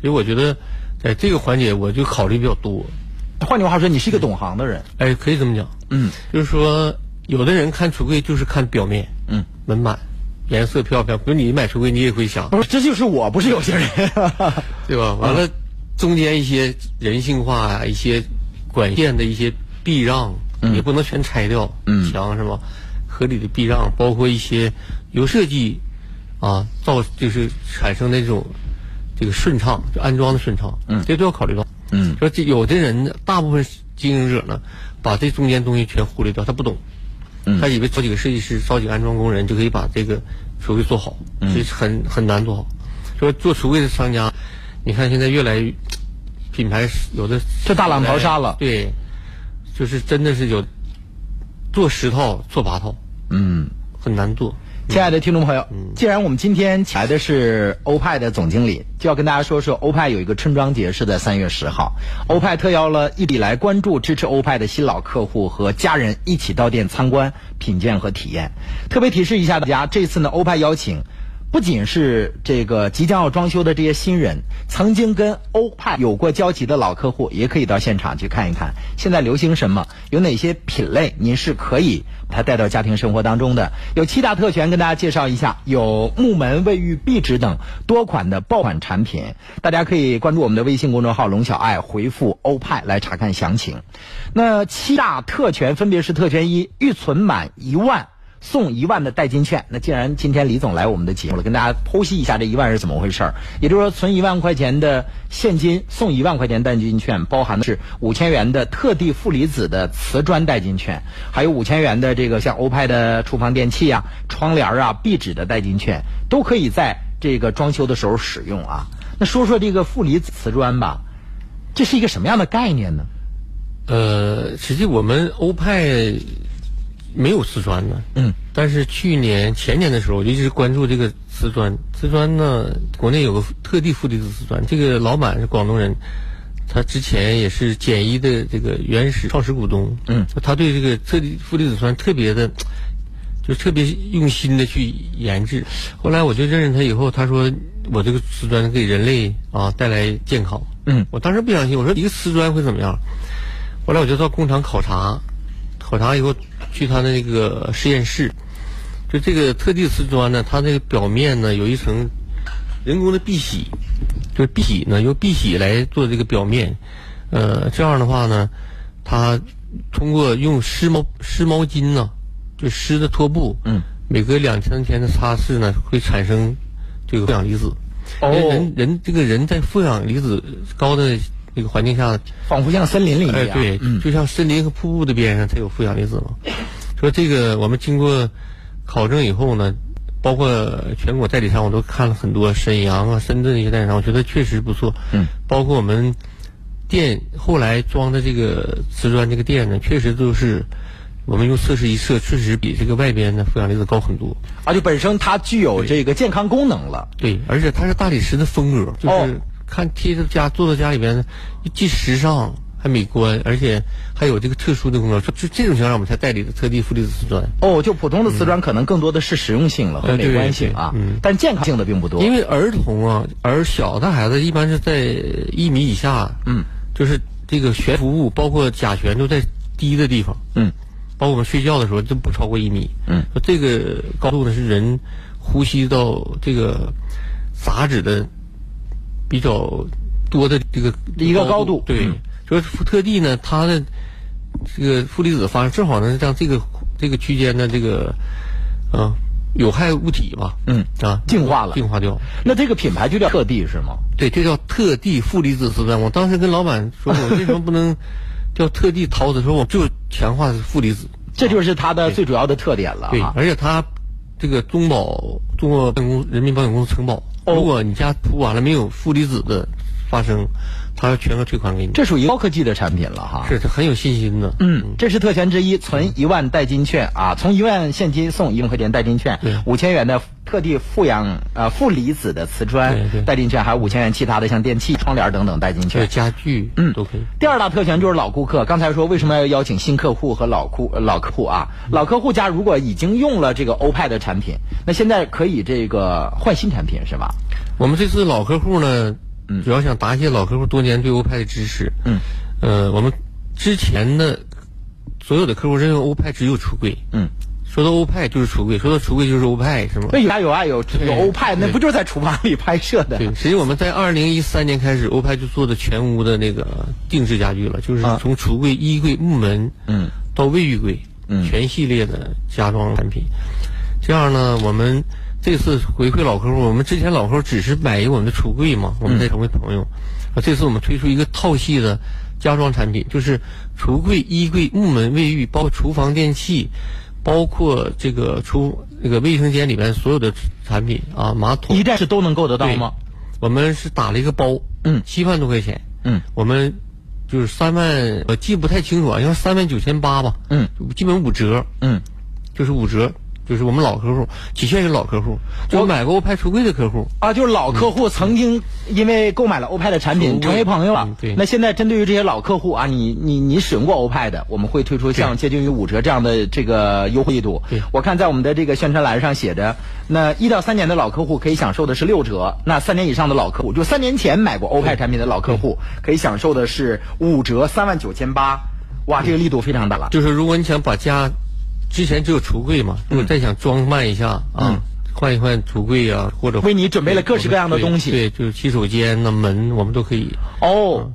Speaker 4: 所以我觉得在这个环节我就考虑比较多。
Speaker 2: 换句话说，你是一个懂行的人。
Speaker 4: 哎，可以这么讲，
Speaker 2: 嗯，
Speaker 4: 就是说，有的人看橱柜就是看表面，
Speaker 2: 嗯，
Speaker 4: 门板、颜色漂不漂亮。比如你买橱柜，你也会想，
Speaker 2: 不是，这就是我，不是有些人。
Speaker 4: 对
Speaker 2: 嗯
Speaker 4: 吧？完了，中间一些人性化呀、一些管线的一些避让，也不能全拆掉，
Speaker 2: 嗯
Speaker 4: 墙是吧？合理的避让，包括一些由设计啊造就是产生的这种这个顺畅，就安装的顺畅，嗯，这都要考虑到。
Speaker 2: 嗯，
Speaker 4: 说这有的人呢，大部分经营者呢，把这中间东西全忽略掉，他不懂，
Speaker 2: 嗯
Speaker 4: 他以为找几个设计师、找几个安装工人就可以把这个橱柜做好，
Speaker 2: 嗯
Speaker 4: 其实很很难做好。说做橱柜的商家，你看现在越来越品牌有的
Speaker 2: 就大浪淘沙了
Speaker 4: 对，就是真的是有做十套哦做八套
Speaker 2: 嗯，
Speaker 4: 很难做。
Speaker 2: 亲爱的听众朋友，既然我们今天请来的是欧派的总经理，就要跟大家说说欧派有一个春装节是在三月十号，欧派特邀了一直以来关注支持欧派的新老客户和家人一起到店参观、品鉴和体验。特别提示一下大家，这次呢，欧派邀请。不仅是这个即将要装修的这些新人，曾经跟欧派有过交集的老客户，也可以到现场去看一看，现在流行什么，有哪些品类您是可以把它带到家庭生活当中的。有七大特权跟大家介绍一下，有木门、卫浴、壁纸等多款的爆款产品，大家可以关注我们的微信公众号“龙小爱”，回复“欧派”来查看详情。那七大特权分别是特权一，预存满一万。送一万的代金券。那既然今天李总来我们的节目了，跟大家剖析一下这一万是怎么回事儿。也就是说，存一万块钱的现金，送一万块钱代金券，包含的是五千元的特地负离子的瓷砖代金券，还有五千元的这个像欧派的厨房电器啊、窗帘啊、壁纸的代金券，都可以在这个装修的时候使用啊。那说说这个负离子瓷砖吧，这是一个什么样的概念呢？
Speaker 4: 呃，实际我们欧派没有瓷砖呢，
Speaker 2: 嗯，
Speaker 4: 但是去年前年的时候，我就一直关注这个瓷砖。瓷砖呢，国内有个特地负离子瓷砖，这个老板是广东人，他之前也是简一的这个原始创始股东，
Speaker 2: 嗯，
Speaker 4: 他对这个特地负离子瓷砖特别的，就特别用心的去研制。后来我就认识他以后，他说我这个瓷砖给人类啊带来健康，
Speaker 2: 嗯
Speaker 4: 我当时不相信，我说一个瓷砖会怎么样？后来我就到工厂考察，考察以后去他的那个实验室，就这个特地瓷砖呢，它这个表面呢有一层人工的碧玺，就是碧玺呢由碧玺来做这个表面，呃，这样的话呢，它通过用湿毛湿毛巾呢，就湿的拖布，
Speaker 2: 嗯，
Speaker 4: 每隔两三天的擦拭呢，会产生这个负氧离子。因
Speaker 2: 哦
Speaker 4: 为人人这个人在负氧离子高的这个环境下，
Speaker 2: 仿佛像森林里一样。
Speaker 4: 哎，对，
Speaker 2: 嗯
Speaker 4: 就像森林和瀑布的边上才有负氧离子嘛。说这个我们经过考证以后呢，包括全国代理商，我都看了很多沈阳啊、深圳一些代理商，我觉得确实不错。
Speaker 2: 嗯，
Speaker 4: 包括我们店后来装的这个瓷砖这个店呢，确实都是我们用测试仪测，确实比这个外边的负氧离子高很多。
Speaker 2: 啊，就本身它具有这个健康功能了。
Speaker 4: 对，而且它是大理石的风格，就
Speaker 2: 哦
Speaker 4: 是看贴着家坐到家里边，既时尚还美观，而且还有这个特殊的功能。就就这种情况下，我们才代理的特地负离子瓷砖。
Speaker 2: 哦，就普通的瓷砖可能更多的是实用性了和
Speaker 4: 呃
Speaker 2: 美
Speaker 4: 嗯对
Speaker 2: 观性啊
Speaker 4: 对，嗯
Speaker 2: 但健康性的并不多。
Speaker 4: 因
Speaker 2: 为
Speaker 4: 为儿童啊，而小的孩子一般是在一米以下，
Speaker 2: 嗯，
Speaker 4: 就是这个悬浮物，包括甲醛都在低的地方，
Speaker 2: 嗯，
Speaker 4: 包括我们睡觉的时候都不超过一米，
Speaker 2: 嗯，
Speaker 4: 这个高度呢是人呼吸到这个杂质的比较多的这个
Speaker 2: 一个高度
Speaker 4: 度，对，
Speaker 2: 嗯
Speaker 4: 所以特地呢，它的这个负离子发生正好能让这个这个区间的这个呃有害物体嘛，
Speaker 2: 嗯
Speaker 4: 啊，
Speaker 2: 净化了
Speaker 4: 净化掉。
Speaker 2: 那这个品牌就叫特地是吗？
Speaker 4: 对，这叫特地负离子丝端。我当时跟老板说过，为什么不 能叫特地陶瓷？说我就强化负离子。
Speaker 2: 这就是它的最主要的特点了
Speaker 4: 对，
Speaker 2: 啊。
Speaker 4: 而且它这个中保中国办公人民保险公司承保，
Speaker 2: 哦
Speaker 4: 如果你家铺完了没有负离子的发生，它全额退款给你。
Speaker 2: 这属于高科技的产品了哈。
Speaker 4: 是它很有信心的。
Speaker 2: 嗯，这是特权之一，存一万代金券啊，从一万现金送一万块钱代金券
Speaker 4: 对，
Speaker 2: 五千元的特地富氧呃负离子的瓷
Speaker 4: 对对
Speaker 2: 砖代金券，还有五千元其他的像电器、窗帘等等代金
Speaker 4: 这
Speaker 2: 券。
Speaker 4: 家具
Speaker 2: 嗯
Speaker 4: 都可以。
Speaker 2: 第二大特权就是老顾客。刚才说为什么要邀请新客户和老顾呃老客户啊？
Speaker 4: 嗯
Speaker 2: 老客户家如果已经用了这个欧派的产品，那现在可以这个换新产品是吧？
Speaker 4: 我们这次老客户呢，主要想答谢老客户多年对欧派的支持。
Speaker 2: 嗯，
Speaker 4: 呃，我们之前的所有的客户认为欧派只有橱柜。
Speaker 2: 嗯，哎
Speaker 4: 说到欧派就是橱柜，说到橱柜就是欧派，是吗
Speaker 2: 那？有家有爱有有欧派，那不就是在厨房里拍摄的？
Speaker 4: 对，实际我们在二零一三年开始，欧派就做的全屋的那个定制家具了，就是
Speaker 2: 啊
Speaker 4: 从橱柜、衣柜、木门，
Speaker 2: 嗯，
Speaker 4: 到卫浴柜，嗯，全系列的家装产品。这样呢，我们这次回馈老客户，我们之前老客户只是买一个我们的橱柜嘛，
Speaker 2: 嗯
Speaker 4: 我们才成为朋友。啊，这次我们推出一个套系的家装产品，就是橱柜、衣柜、木门、卫浴，包括厨房电器。包括这个厨那个卫生间里面所有的产品啊，马桶
Speaker 2: 一站式都能够得到
Speaker 4: 对
Speaker 2: 吗？？
Speaker 4: 我们是打了一个包，
Speaker 2: 嗯
Speaker 4: 七万多块钱，
Speaker 2: 嗯，
Speaker 4: 我们就是三万，我记不太清楚啊，应该三万九千八吧，
Speaker 2: 嗯，
Speaker 4: 基本五折，
Speaker 2: 嗯。
Speaker 4: 就是五折，就是我们老客户，仅限于老客户，就买过拍橱柜的客户，
Speaker 2: 啊，就是老客户曾经因为购买了欧派的产
Speaker 4: 嗯
Speaker 2: 品成为朋友了
Speaker 4: 嗯。对
Speaker 2: 那现在针对于这些老客户啊，你你你使用过欧派的，我们会推出像接近于五折这样的这个优惠力度
Speaker 4: 对。
Speaker 2: 我看在我们的这个宣传栏上写着，那一到三年的老客户可以享受的是六折，那三年以上的老客户，就三年前买过欧派产品的老客户，可以享受的是五折三万九千八。哇，这个力度非常大了。
Speaker 4: 就是如果你想把家之前只有橱柜嘛，
Speaker 2: 嗯
Speaker 4: 如果再想装扮一下啊，换一换橱柜啊，或者
Speaker 2: 为你准备了各式各样的东西
Speaker 4: 对，对就是洗手间呐、门，我们都可以。
Speaker 2: 哦，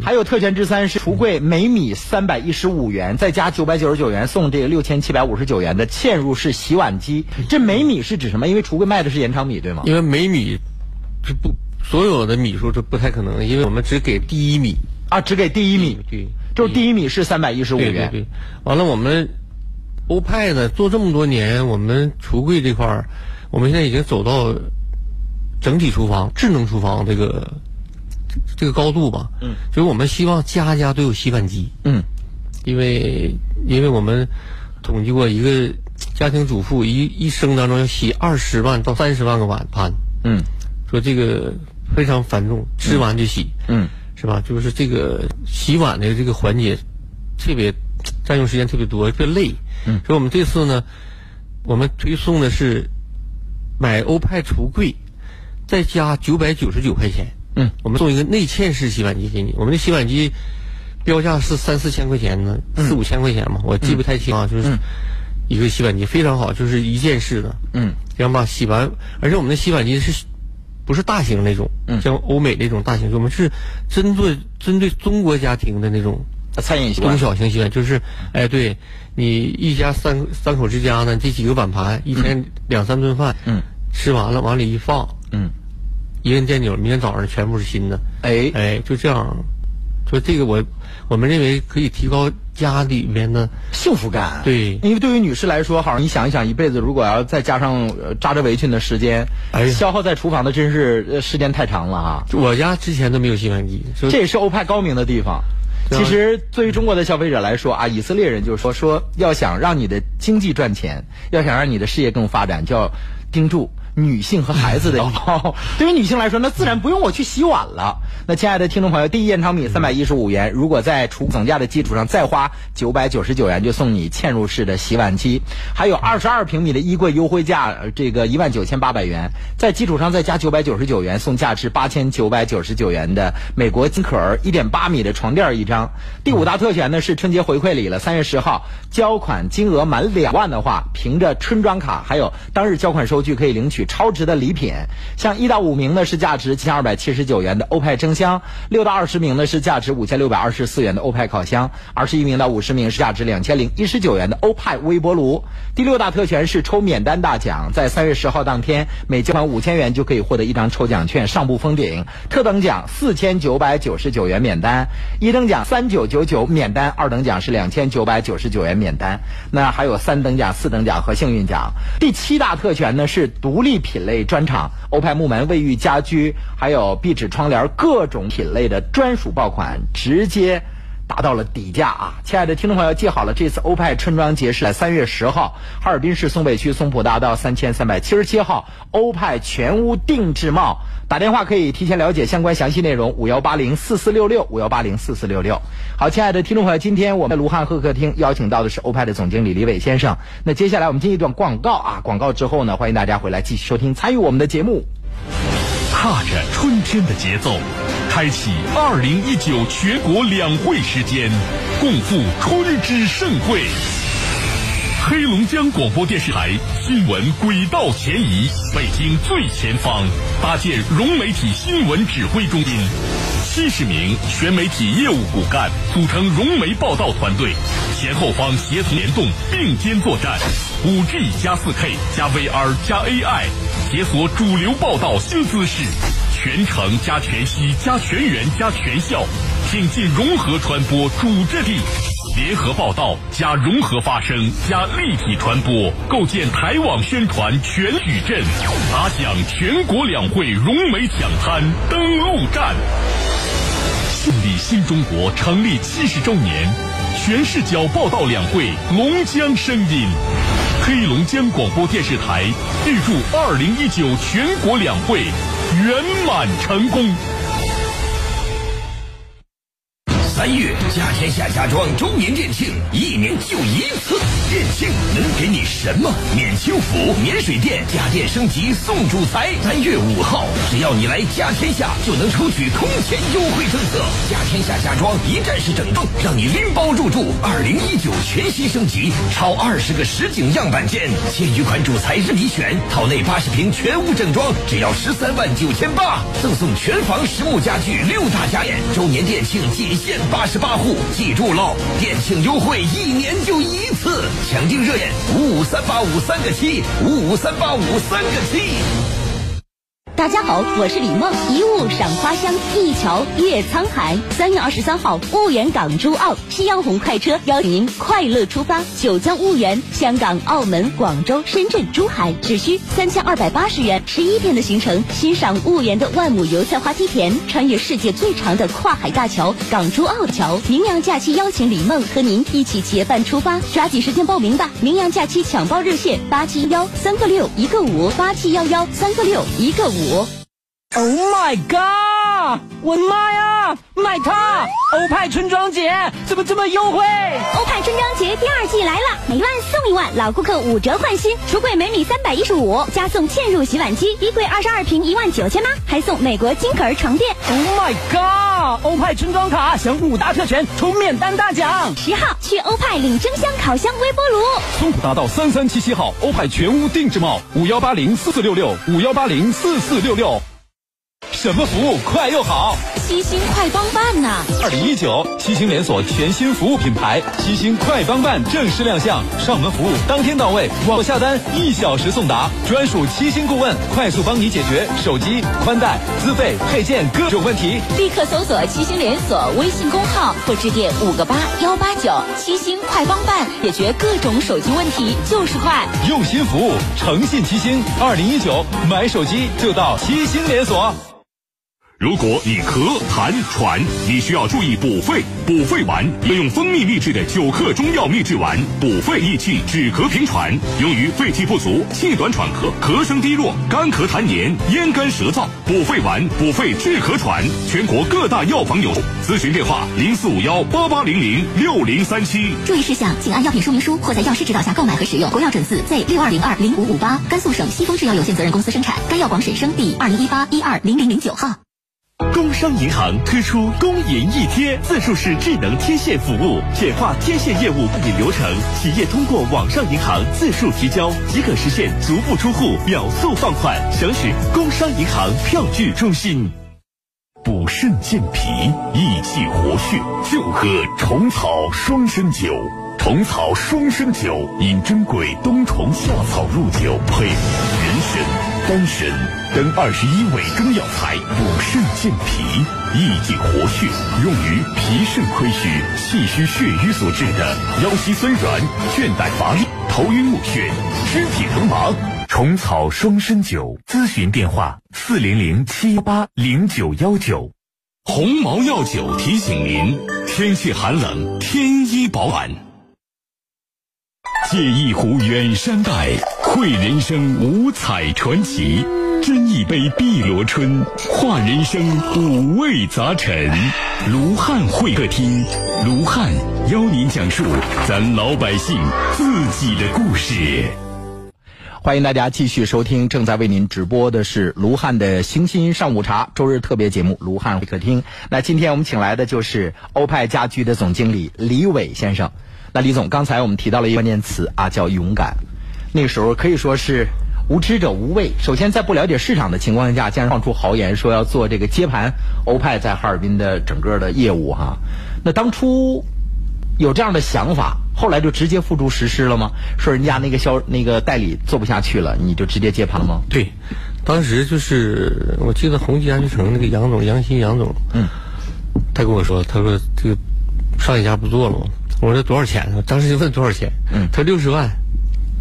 Speaker 2: 还有特权之三是橱柜每米三百一十五元，再加九百九十九元送这个六千七百五十九元的嵌入式洗碗机。这每米是指什么？因为橱柜卖的是延长米，对吗？
Speaker 4: 因为每米这不所有的米数这不太可能，因为我们只给第一米，
Speaker 2: 啊，只给第一米，
Speaker 4: 对，
Speaker 2: 就是第一米是三百一十五
Speaker 4: 对对
Speaker 2: 元。
Speaker 4: 对。完了，我们欧派呢做这么多年，我们橱柜这块儿，我们现在已经走到整体厨房、智能厨房这个这个高度吧。嗯，就是我们希望家家都有洗碗机。
Speaker 2: 嗯，
Speaker 4: 因为因为我们统计过一个家庭主妇一一生当中要洗二十万到三十万个碗盘，
Speaker 2: 嗯
Speaker 4: 说这个非常繁重，吃完就洗，
Speaker 2: 嗯，
Speaker 4: 是吧？就是这个洗碗的这个环节特别占用时间特别多，特别累。嗯，所以我们这次呢，我们推送的是买欧派橱柜，再加九百九十九块钱。
Speaker 2: 嗯，
Speaker 4: 我们送一个内嵌式洗碗机给你。我们的洗碗机标价是三四千块钱呢，四五千块钱嘛，我记不太清啊。就是一个洗碗机非常好，就是一键式的。
Speaker 2: 嗯，
Speaker 4: 这样吧，洗完，而且我们的洗碗机是不是大型那种，
Speaker 2: 嗯
Speaker 4: 像欧美那种大型，我们是针对针对中国家庭的那种
Speaker 2: 啊餐饮习
Speaker 4: 中
Speaker 2: 惯。嗯
Speaker 4: 小型洗碗，就是哎，对你一家三三口之家呢，这几个碗盘，一天两三顿饭，
Speaker 2: 嗯，
Speaker 4: 吃完了往里一放，
Speaker 2: 嗯，
Speaker 4: 一摁电钮，明天早上全部是新的，
Speaker 2: 哎，
Speaker 4: 哎，就这样，就这个我我们认为可以提高家里面的
Speaker 2: 幸福感。
Speaker 4: 对
Speaker 2: 因为对于女士来说，好像你想一想，一辈子如果要再加上呃扎着围裙的时间，
Speaker 4: 哎呀
Speaker 2: 消耗在厨房的真是呃时间太长了啊。
Speaker 4: 就我家之前都没有洗碗机，所以
Speaker 2: 这也是欧派高明的地方。
Speaker 4: 对啊
Speaker 2: 其实，对于中国的消费者来说啊，以色列人就说说，要想让你的经济赚钱，要想让你的事业更发展，就要盯住女性和 孩子的腰包。对于女性来说，那自然不用我去洗碗了。那亲爱的听众朋友，第一延长米三百一十五元，如果在除总价的基础上再花九百九十九元，就送你嵌入式的洗碗机，还有二十二平米的衣柜优惠价，呃这个一万九千八百元，在基础上再加九百九十九元，送价值八千九百九十九元的美国金可儿一点八米的床垫一张。第五大特权呢是春节回馈礼了，三月十号交款金额满两万的话，凭着春装卡还有当日交款收据可以领取。取超值的礼品。像一到五名呢是价值七千二百七十九元的欧派蒸箱，六到二十名呢是价值五千六百二十四元的欧派烤箱，二十一名到五十名是价值两千零一十九元的欧派微波炉。第六大特权是抽免单大奖，在三月十号当天，每交款五千元就可以获得一张抽奖券，上不封顶。特等奖四千九百九十九元免单，一等奖三九九九免单，二等奖是两千九百九十九元免单。那还有三等奖、四等奖和幸运奖。第七大特权呢是独立品类专场，欧派木门、卫浴、家居，还有壁纸、窗帘各种品类的专属爆款，直接。达到了底价啊！亲爱的听众朋友，记好了，这次欧派春装节是在三月十号，哈尔滨市松北区松浦大道三千三百七十七号欧派全屋定制帽。打电话可以提前了解相关详细内容，五幺八零四四六六五幺八零四四六六。好，亲爱的听众朋友，今天我们卢汉会客厅邀请到的是欧派的总经理李伟先生。那接下来我们进一段广告啊，广告之后呢，欢迎大家回来继续收听参与我们的节目。
Speaker 5: 踏着春天的节奏，开启二零一九全国两会时间，共赴春之盛会。黑龙江广播电视台新闻轨道前移，北京最前方，搭建融媒体新闻指挥中心，七十名全媒体业务骨干组成融媒报道团队，前后方协同联动，并肩作战。五 G 加四 K 加 VR 加 AI，解锁主流报道新姿势，全程加全息加全员加全效，挺进融合传播主阵地。联合报道加融合发声加立体传播，构建台网宣传全矩阵，打响全国两会融媒抢滩登陆战。庆礼新中国成立七十周年，全视角报道两会，龙江声音。黑龙江广播电视台预祝二零一九全国两会圆满成功。
Speaker 6: 三月，家天下家装周年店庆，一年就一次。店庆能给你什么？免修复、免水电、家电升级送主材。三月五号，只要你来家天下，就能抽取空前优惠政策。家天下家装一站式整顿，让你拎包入住。二零一九全新升级，超二十个实景样板间，千余款主材任你选，套内八十平全屋整装，只要十三万九千八，赠送全房实木家具六大家电。周年店庆仅限八十八户，记住喽！店庆优惠一年就一次，抢订热线五五三八五三个七，五五三八五三个七。
Speaker 7: 大家好，我是李梦。一物赏花香，一桥阅沧海。三月二十三号，婺源港珠澳夕阳红快车邀请您快乐出发，九江婺源、香港、澳门、广州、深圳、珠海，只需三千二百八十元，十一天的行程，欣赏婺源的万亩油菜花梯田，穿越世界最长的跨海大桥——港珠澳桥。名扬假期邀请李梦和您一起结伴出发，抓紧时间报名吧！名扬假期抢报热线：八七幺三个六一个五，八七幺幺三个六一个五。
Speaker 1: Oh my god！我的妈呀，买它！欧派春装节怎么这么优惠？
Speaker 7: 欧派春装节第二季来了，每万送一万，老顾客五折换新，橱柜每米三百一十五，加送嵌入洗碗机，衣柜二十二平一万九千八，还送美国金可儿床垫。
Speaker 1: Oh my god！欧派春装卡享五大特权，抽免单大奖。
Speaker 7: 十号去欧派领蒸箱、烤箱、微波炉。
Speaker 5: 松浦大道三三七七号欧派全屋定制帽，五幺八零四四六六，五幺八零四四六六。什么服务快又好？
Speaker 8: 七星快帮办呐、
Speaker 5: 二零一九七星连锁全新服务品牌七星快帮办正式亮相，上门服务当天到位，网下单一小时送达，专属七星顾问快速帮你解决手机、宽带、资费、配件各种问题。
Speaker 7: 立刻搜索七星连锁微信公号或致电五个八幺八九，七星快帮办解决各种手机问题就是快。
Speaker 5: 用心服务，诚信七星。二零一九买手机就到七星连锁。如果你咳痰喘，你需要注意补肺。补肺丸应用蜂蜜秘制的九克中药秘制丸，补肺益气，止咳平喘，用于肺气不足、气短喘咳、咳声低弱、干咳痰黏、咽干舌燥。补肺丸补肺治咳喘，全国各大药房有售。咨询电话：零四五幺八八零零六零三七。
Speaker 7: 注意事项，请按药品说明书或在药师指导下购买和使用。国药准字 Z 六二零二零五五八，甘肃省西峰制药有限责任公司生产。该药广审生第二零一八一二零零零九号。
Speaker 5: 工商银行推出工银一贴自助式智能贴现服务，简化贴现业务办理流程。企业通过网上银行自助提交，即可实现足不出户、秒速放款。详询工商银行票据中心。补肾健脾、益气活血，就喝虫草双参酒。虫草双参酒因珍贵冬虫夏草入酒，配人参、丹参等二十一味中药材，补肾健脾、益气活血，用于脾肾亏虚、气虚血瘀所致的腰膝酸软、倦怠乏力、头晕目眩、肢体疼麻。虫草双参酒，咨询电话：四零零七八零九幺九。鸿茅药酒提醒您：天气寒冷，添衣保暖。借一壶远山黛，绘人生五彩传奇；斟一杯碧螺春，化人生五味杂陈。卢汉会客厅，卢汉邀您讲述咱老百姓自己的故事。
Speaker 2: 欢迎大家继续收听，正在为您直播的是卢汉的星星上午茶周日特别节目《卢汉会客厅》。那今天我们请来的就是欧派家居的总经理李伟先生。那李总，刚才我们提到了一个关键词啊，叫啊勇敢。那个时候可以说是无知者无畏。首先，在不了解市场的情况下，竟然放出豪言说要做这个接盘欧派在哈尔滨的整个的业务哈、那当初有这样的想法，后来就直接付诸实施了吗？说人家那个销那个代理做不下去了，你就直接接盘了吗？
Speaker 4: 对，当时就是我记得宏基家具城那个杨总杨鑫杨总，嗯，他跟我说，他说这个上一家不做了吗？我说多少钱？我当时就问多少钱，嗯，他六十万，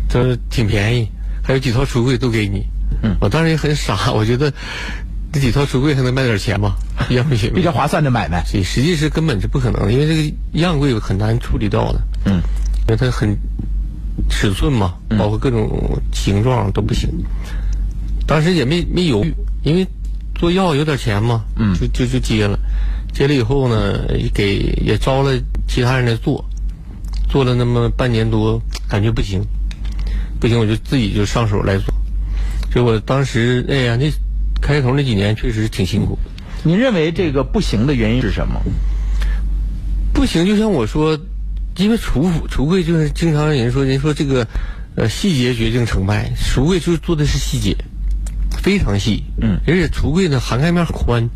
Speaker 4: 他说挺便宜，还有几套橱柜都给你，嗯，我当时也很傻，我觉得这几套橱柜还能卖点钱 吗？要不行，
Speaker 2: 比较划算的买卖。
Speaker 4: 所以实际是根本是不可能的，因为这个样柜很难处理到的。嗯，因为它很尺寸嘛，
Speaker 2: 嗯
Speaker 4: 包括各种形状都不行。当时也没没犹豫，因为做药有点钱嘛，嗯，就就就接了。接了以后呢，也给也招了其他人来做，做了那么半年多，感觉不行，不行我就自己就上手来做。所以我当时，哎呀，那开头那几年确实挺辛苦。
Speaker 2: 您认为这个不行的原因是什么？
Speaker 4: 不行，就像我说，因为橱橱柜就是经常人说，人说这个，呃，细节决定成败。橱柜就是做的是细节，非常细。嗯，而且橱柜呢涵盖面很宽，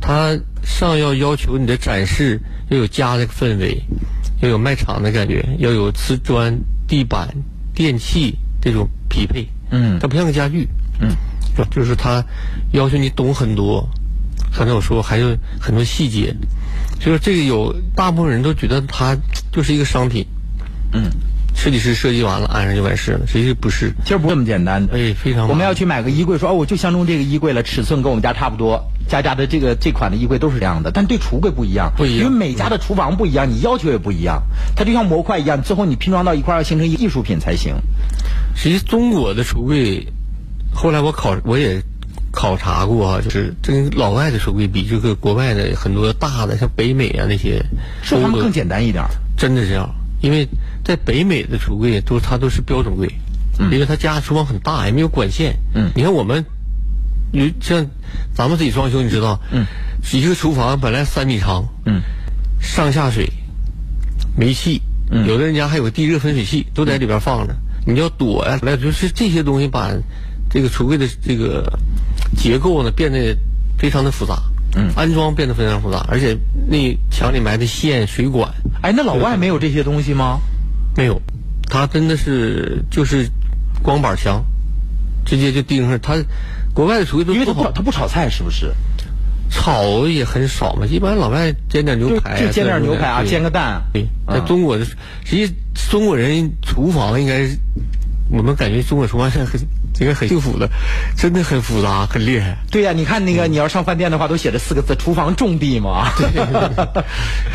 Speaker 4: 它上要要求你的展示要有家的氛围，要有卖场的感觉，要有瓷砖、地板、电器这种匹配。
Speaker 2: 嗯
Speaker 4: 它不像个家具。嗯，就是它要求你懂很多，刚才我说还有很多细节，所以说这个有大部分人都觉得它就是一个商品，
Speaker 2: 嗯，
Speaker 4: 设计师设计完了安上就完事了，实际不是，
Speaker 2: 其实不是这么简单的。
Speaker 4: 哎，非常麻烦
Speaker 2: 我们要去买个衣柜，说哦，我就相中这个衣柜了，尺寸跟我们家差不多，家家的这个这款的衣柜都是这样的，但对橱柜不一样，
Speaker 4: 不一样
Speaker 2: 因为每家的厨房不一样，你要求也不一样，它就像模块一样，最后你拼装到一块儿要形成一个艺术品才行。
Speaker 4: 实际中国的橱柜，后来我考我也考察过啊，就是这跟老外的橱柜比，这个国外的很多大的像北美啊那些，
Speaker 2: 是不是他们更简单一点儿。
Speaker 4: 真的这样，因为在北美的橱柜都它都是标准柜，因为他家厨房很大，也没有管线。
Speaker 2: 嗯
Speaker 4: 你看我们，你像咱们自己装修，你知道，嗯，一个厨房本来三米长，
Speaker 2: 嗯，
Speaker 4: 上下水、煤气，嗯，有的人家还有个地热分水器，都在里边放着。你要躲呀、来就是这些东西把这个橱柜的这个结构呢变得非常的复杂。嗯，安装变得非常复杂，而且那墙里埋的线、水管，
Speaker 2: 哎，那老外没有这些东西吗？
Speaker 4: 没有，它真的是就是光板墙，直接就钉上。它国外的厨艺都
Speaker 2: 因为他
Speaker 4: 做
Speaker 2: 不
Speaker 4: 好，
Speaker 2: 他不炒菜是不是？
Speaker 4: 炒也很少嘛，一般老外煎点牛
Speaker 2: 就
Speaker 4: 排啊、
Speaker 2: 就煎点牛排啊，
Speaker 4: 对
Speaker 2: 煎个蛋。
Speaker 4: 对，在
Speaker 2: 嗯
Speaker 4: 中国的，实际中国人厨房应该是，我们感觉中国厨房是很应该很幸福的，真的很复杂，很厉害。
Speaker 2: 对呀、你看那
Speaker 4: 嗯
Speaker 2: 个你要上饭店的话，都写着四个字“厨房重地”嘛。
Speaker 4: 啊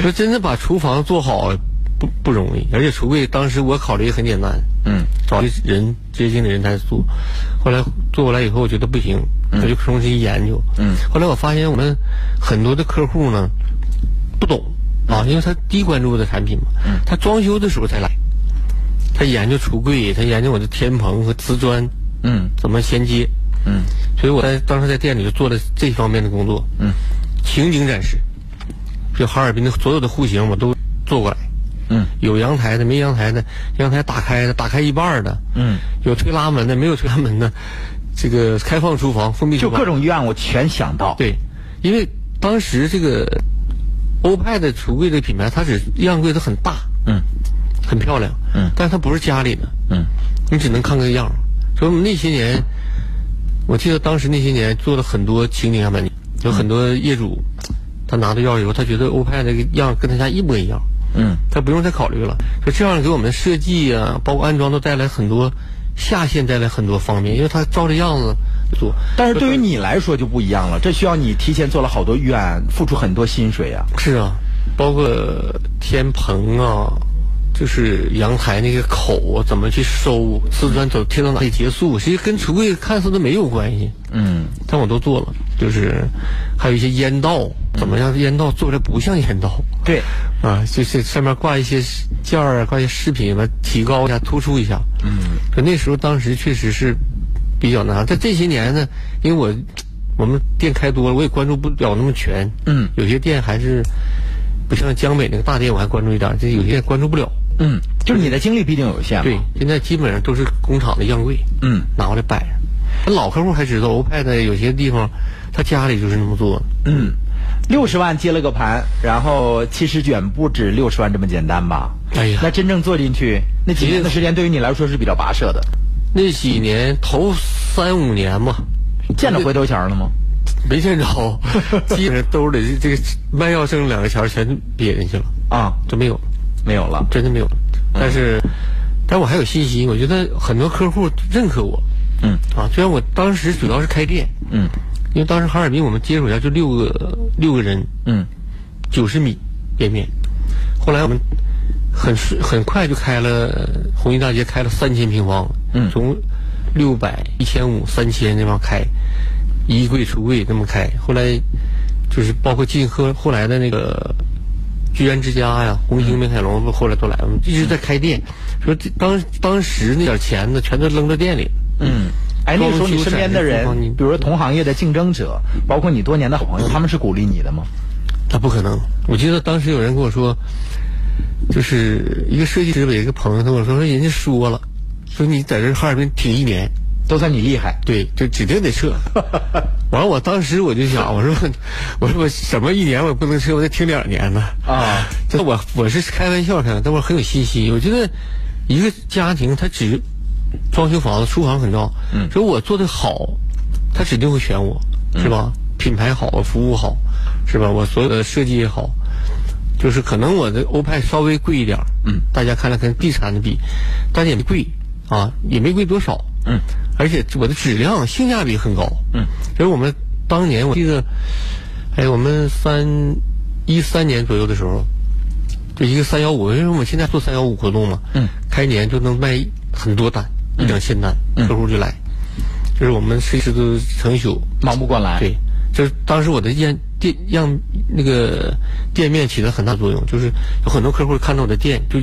Speaker 4: 说真的，把厨房做好不不容易，而且橱柜当时我考虑也很简单，
Speaker 2: 嗯，
Speaker 4: 找人接近的人才做。后来做过来以后，我觉得不行，我就重新研究。嗯，后来我发现我们很多的客户呢不懂啊，因为他低关注的产品嘛，他装修的时候才来，他研究橱柜，他研究我的天棚和瓷砖，
Speaker 2: 嗯
Speaker 4: 怎么衔接。嗯，所以我在当时在店里就做了这方面的工作。嗯，情景展示，就哈尔滨的所有的户型我都做过来。
Speaker 2: 嗯，
Speaker 4: 有阳台的，没阳台的，阳台打开的，打开一半儿的，
Speaker 2: 嗯，
Speaker 4: 有推拉门的，没有推拉门的，这个开放厨房、封闭厨
Speaker 2: 就
Speaker 4: 房，
Speaker 2: 各种预案我全想到。
Speaker 4: 对，因为当时这个欧派的橱柜这个品牌，它只样柜它很大，
Speaker 2: 嗯，
Speaker 4: 很漂亮，
Speaker 2: 嗯
Speaker 4: 但是它不是家里的，
Speaker 2: 嗯，
Speaker 4: 你只能看个样儿。所以我们那些年，我记得当时那些年做了很多情景样板，有很多业主，他拿到样儿以后，他觉得欧派那个样儿跟他家一模一样，
Speaker 2: 嗯，
Speaker 4: 他不用再考虑了。就这样给我们设计啊，包括安装都带来很多下线，带来很多方面，因为他照着样子做。
Speaker 2: 但是对于你嗯来说就不一样了，这需要你提前做了好多预案，付出很多心水啊。
Speaker 4: 是啊，包括天棚啊，就是阳台那个口啊，怎么去收，瓷砖走贴到哪里结束，其实跟橱柜看似都没有关系，
Speaker 2: 嗯，
Speaker 4: 但我都做了。就是还有一些烟道，怎么样烟道做出来不像烟道
Speaker 2: 对，
Speaker 4: 啊？就是上面挂一些件儿啊，挂一些饰品吧，提高一下，突出一下。嗯，可那时候当时确实是比较难。但这些年呢，因为我我们店开多了，我也关注不了那么全。
Speaker 2: 嗯，
Speaker 4: 有些店还是不像江北那个大店，我还关注一点，这有些店关注不了。
Speaker 2: 嗯，就是你的精力必定有限嘛。
Speaker 4: 对，，现在基本上都是工厂的样柜，
Speaker 2: 嗯，
Speaker 4: 拿过来摆着。老客户还知道，欧派的有些地方，他家里就是那么做的。
Speaker 2: 嗯，六十万接了个盘，然后其实远不止六十万这么简单吧？
Speaker 4: 哎呀
Speaker 2: 那真正做进去那几年的时间，对于你来说是比较跋涉的。
Speaker 4: 那几年头三五年吧，
Speaker 2: 见着回头钱儿了吗？
Speaker 4: 没见着，基本上兜里这个卖药挣两个钱儿全瘪进去了，
Speaker 2: 啊，
Speaker 4: 就没有了。
Speaker 2: 没有了。嗯
Speaker 4: 真的没有。但是，但我还有信心，我觉得很多客户认可我。
Speaker 2: 嗯，
Speaker 4: 啊，虽然我当时主要是开店，
Speaker 2: 嗯
Speaker 4: 因为当时哈尔滨我们接手下就六个六个人，
Speaker 2: 嗯
Speaker 4: 九十米店面，后来我们很顺很快就开了呃红衣大街，开了三千平方，
Speaker 2: 嗯
Speaker 4: 从六百、一千五、三千这帮开，衣柜、橱柜这么开，后来就是包括进和后来的那个居然之家呀、红
Speaker 2: 嗯
Speaker 4: 星美凯龙，后来都来了，我们一直在开店，说这当当时那点钱呢，全都扔到店里。
Speaker 2: 嗯。哎，那个时候你身边的
Speaker 4: 装修展示
Speaker 2: 人，比如说同行业的竞争者，包括你多年的好朋友，他们是鼓励你的吗？
Speaker 4: 那不可能。我记得当时有人跟我说，就是一个设计师吧，有一个朋友他跟我说，说人家说了，说你在这哈尔滨挺一年，
Speaker 2: 都算你厉害。
Speaker 4: 对，就指定得 撤。完了，我当时我就想，我说， 我说我什么一年我也不能撤，我得挺两年呢。
Speaker 2: 啊，
Speaker 4: 这我我是开玩笑开的，但我很有信心。我觉得一个家庭他只装修房子、厨房很重要，嗯，所以我做的好，他指定会选我，是吧？品牌好，服务好，是吧？我所有的设计也好，就是可能我的欧派稍微贵一点，嗯，大家看了跟地产的比，但也没贵啊，也没贵多少，嗯，而且我的质量性价比很高，嗯，所以我们当年我记得，哎，我们三一三年左右的时候，就一个三幺五，因为我们现在做三幺五活动嘛，嗯，开年就能卖很多单，一两千单，客户就来，就是我们设计师都成宿，
Speaker 2: 忙不过来。
Speaker 4: 对，就是当时我的店店样那个店面起了很大作用，就是有很多客户看到我的店就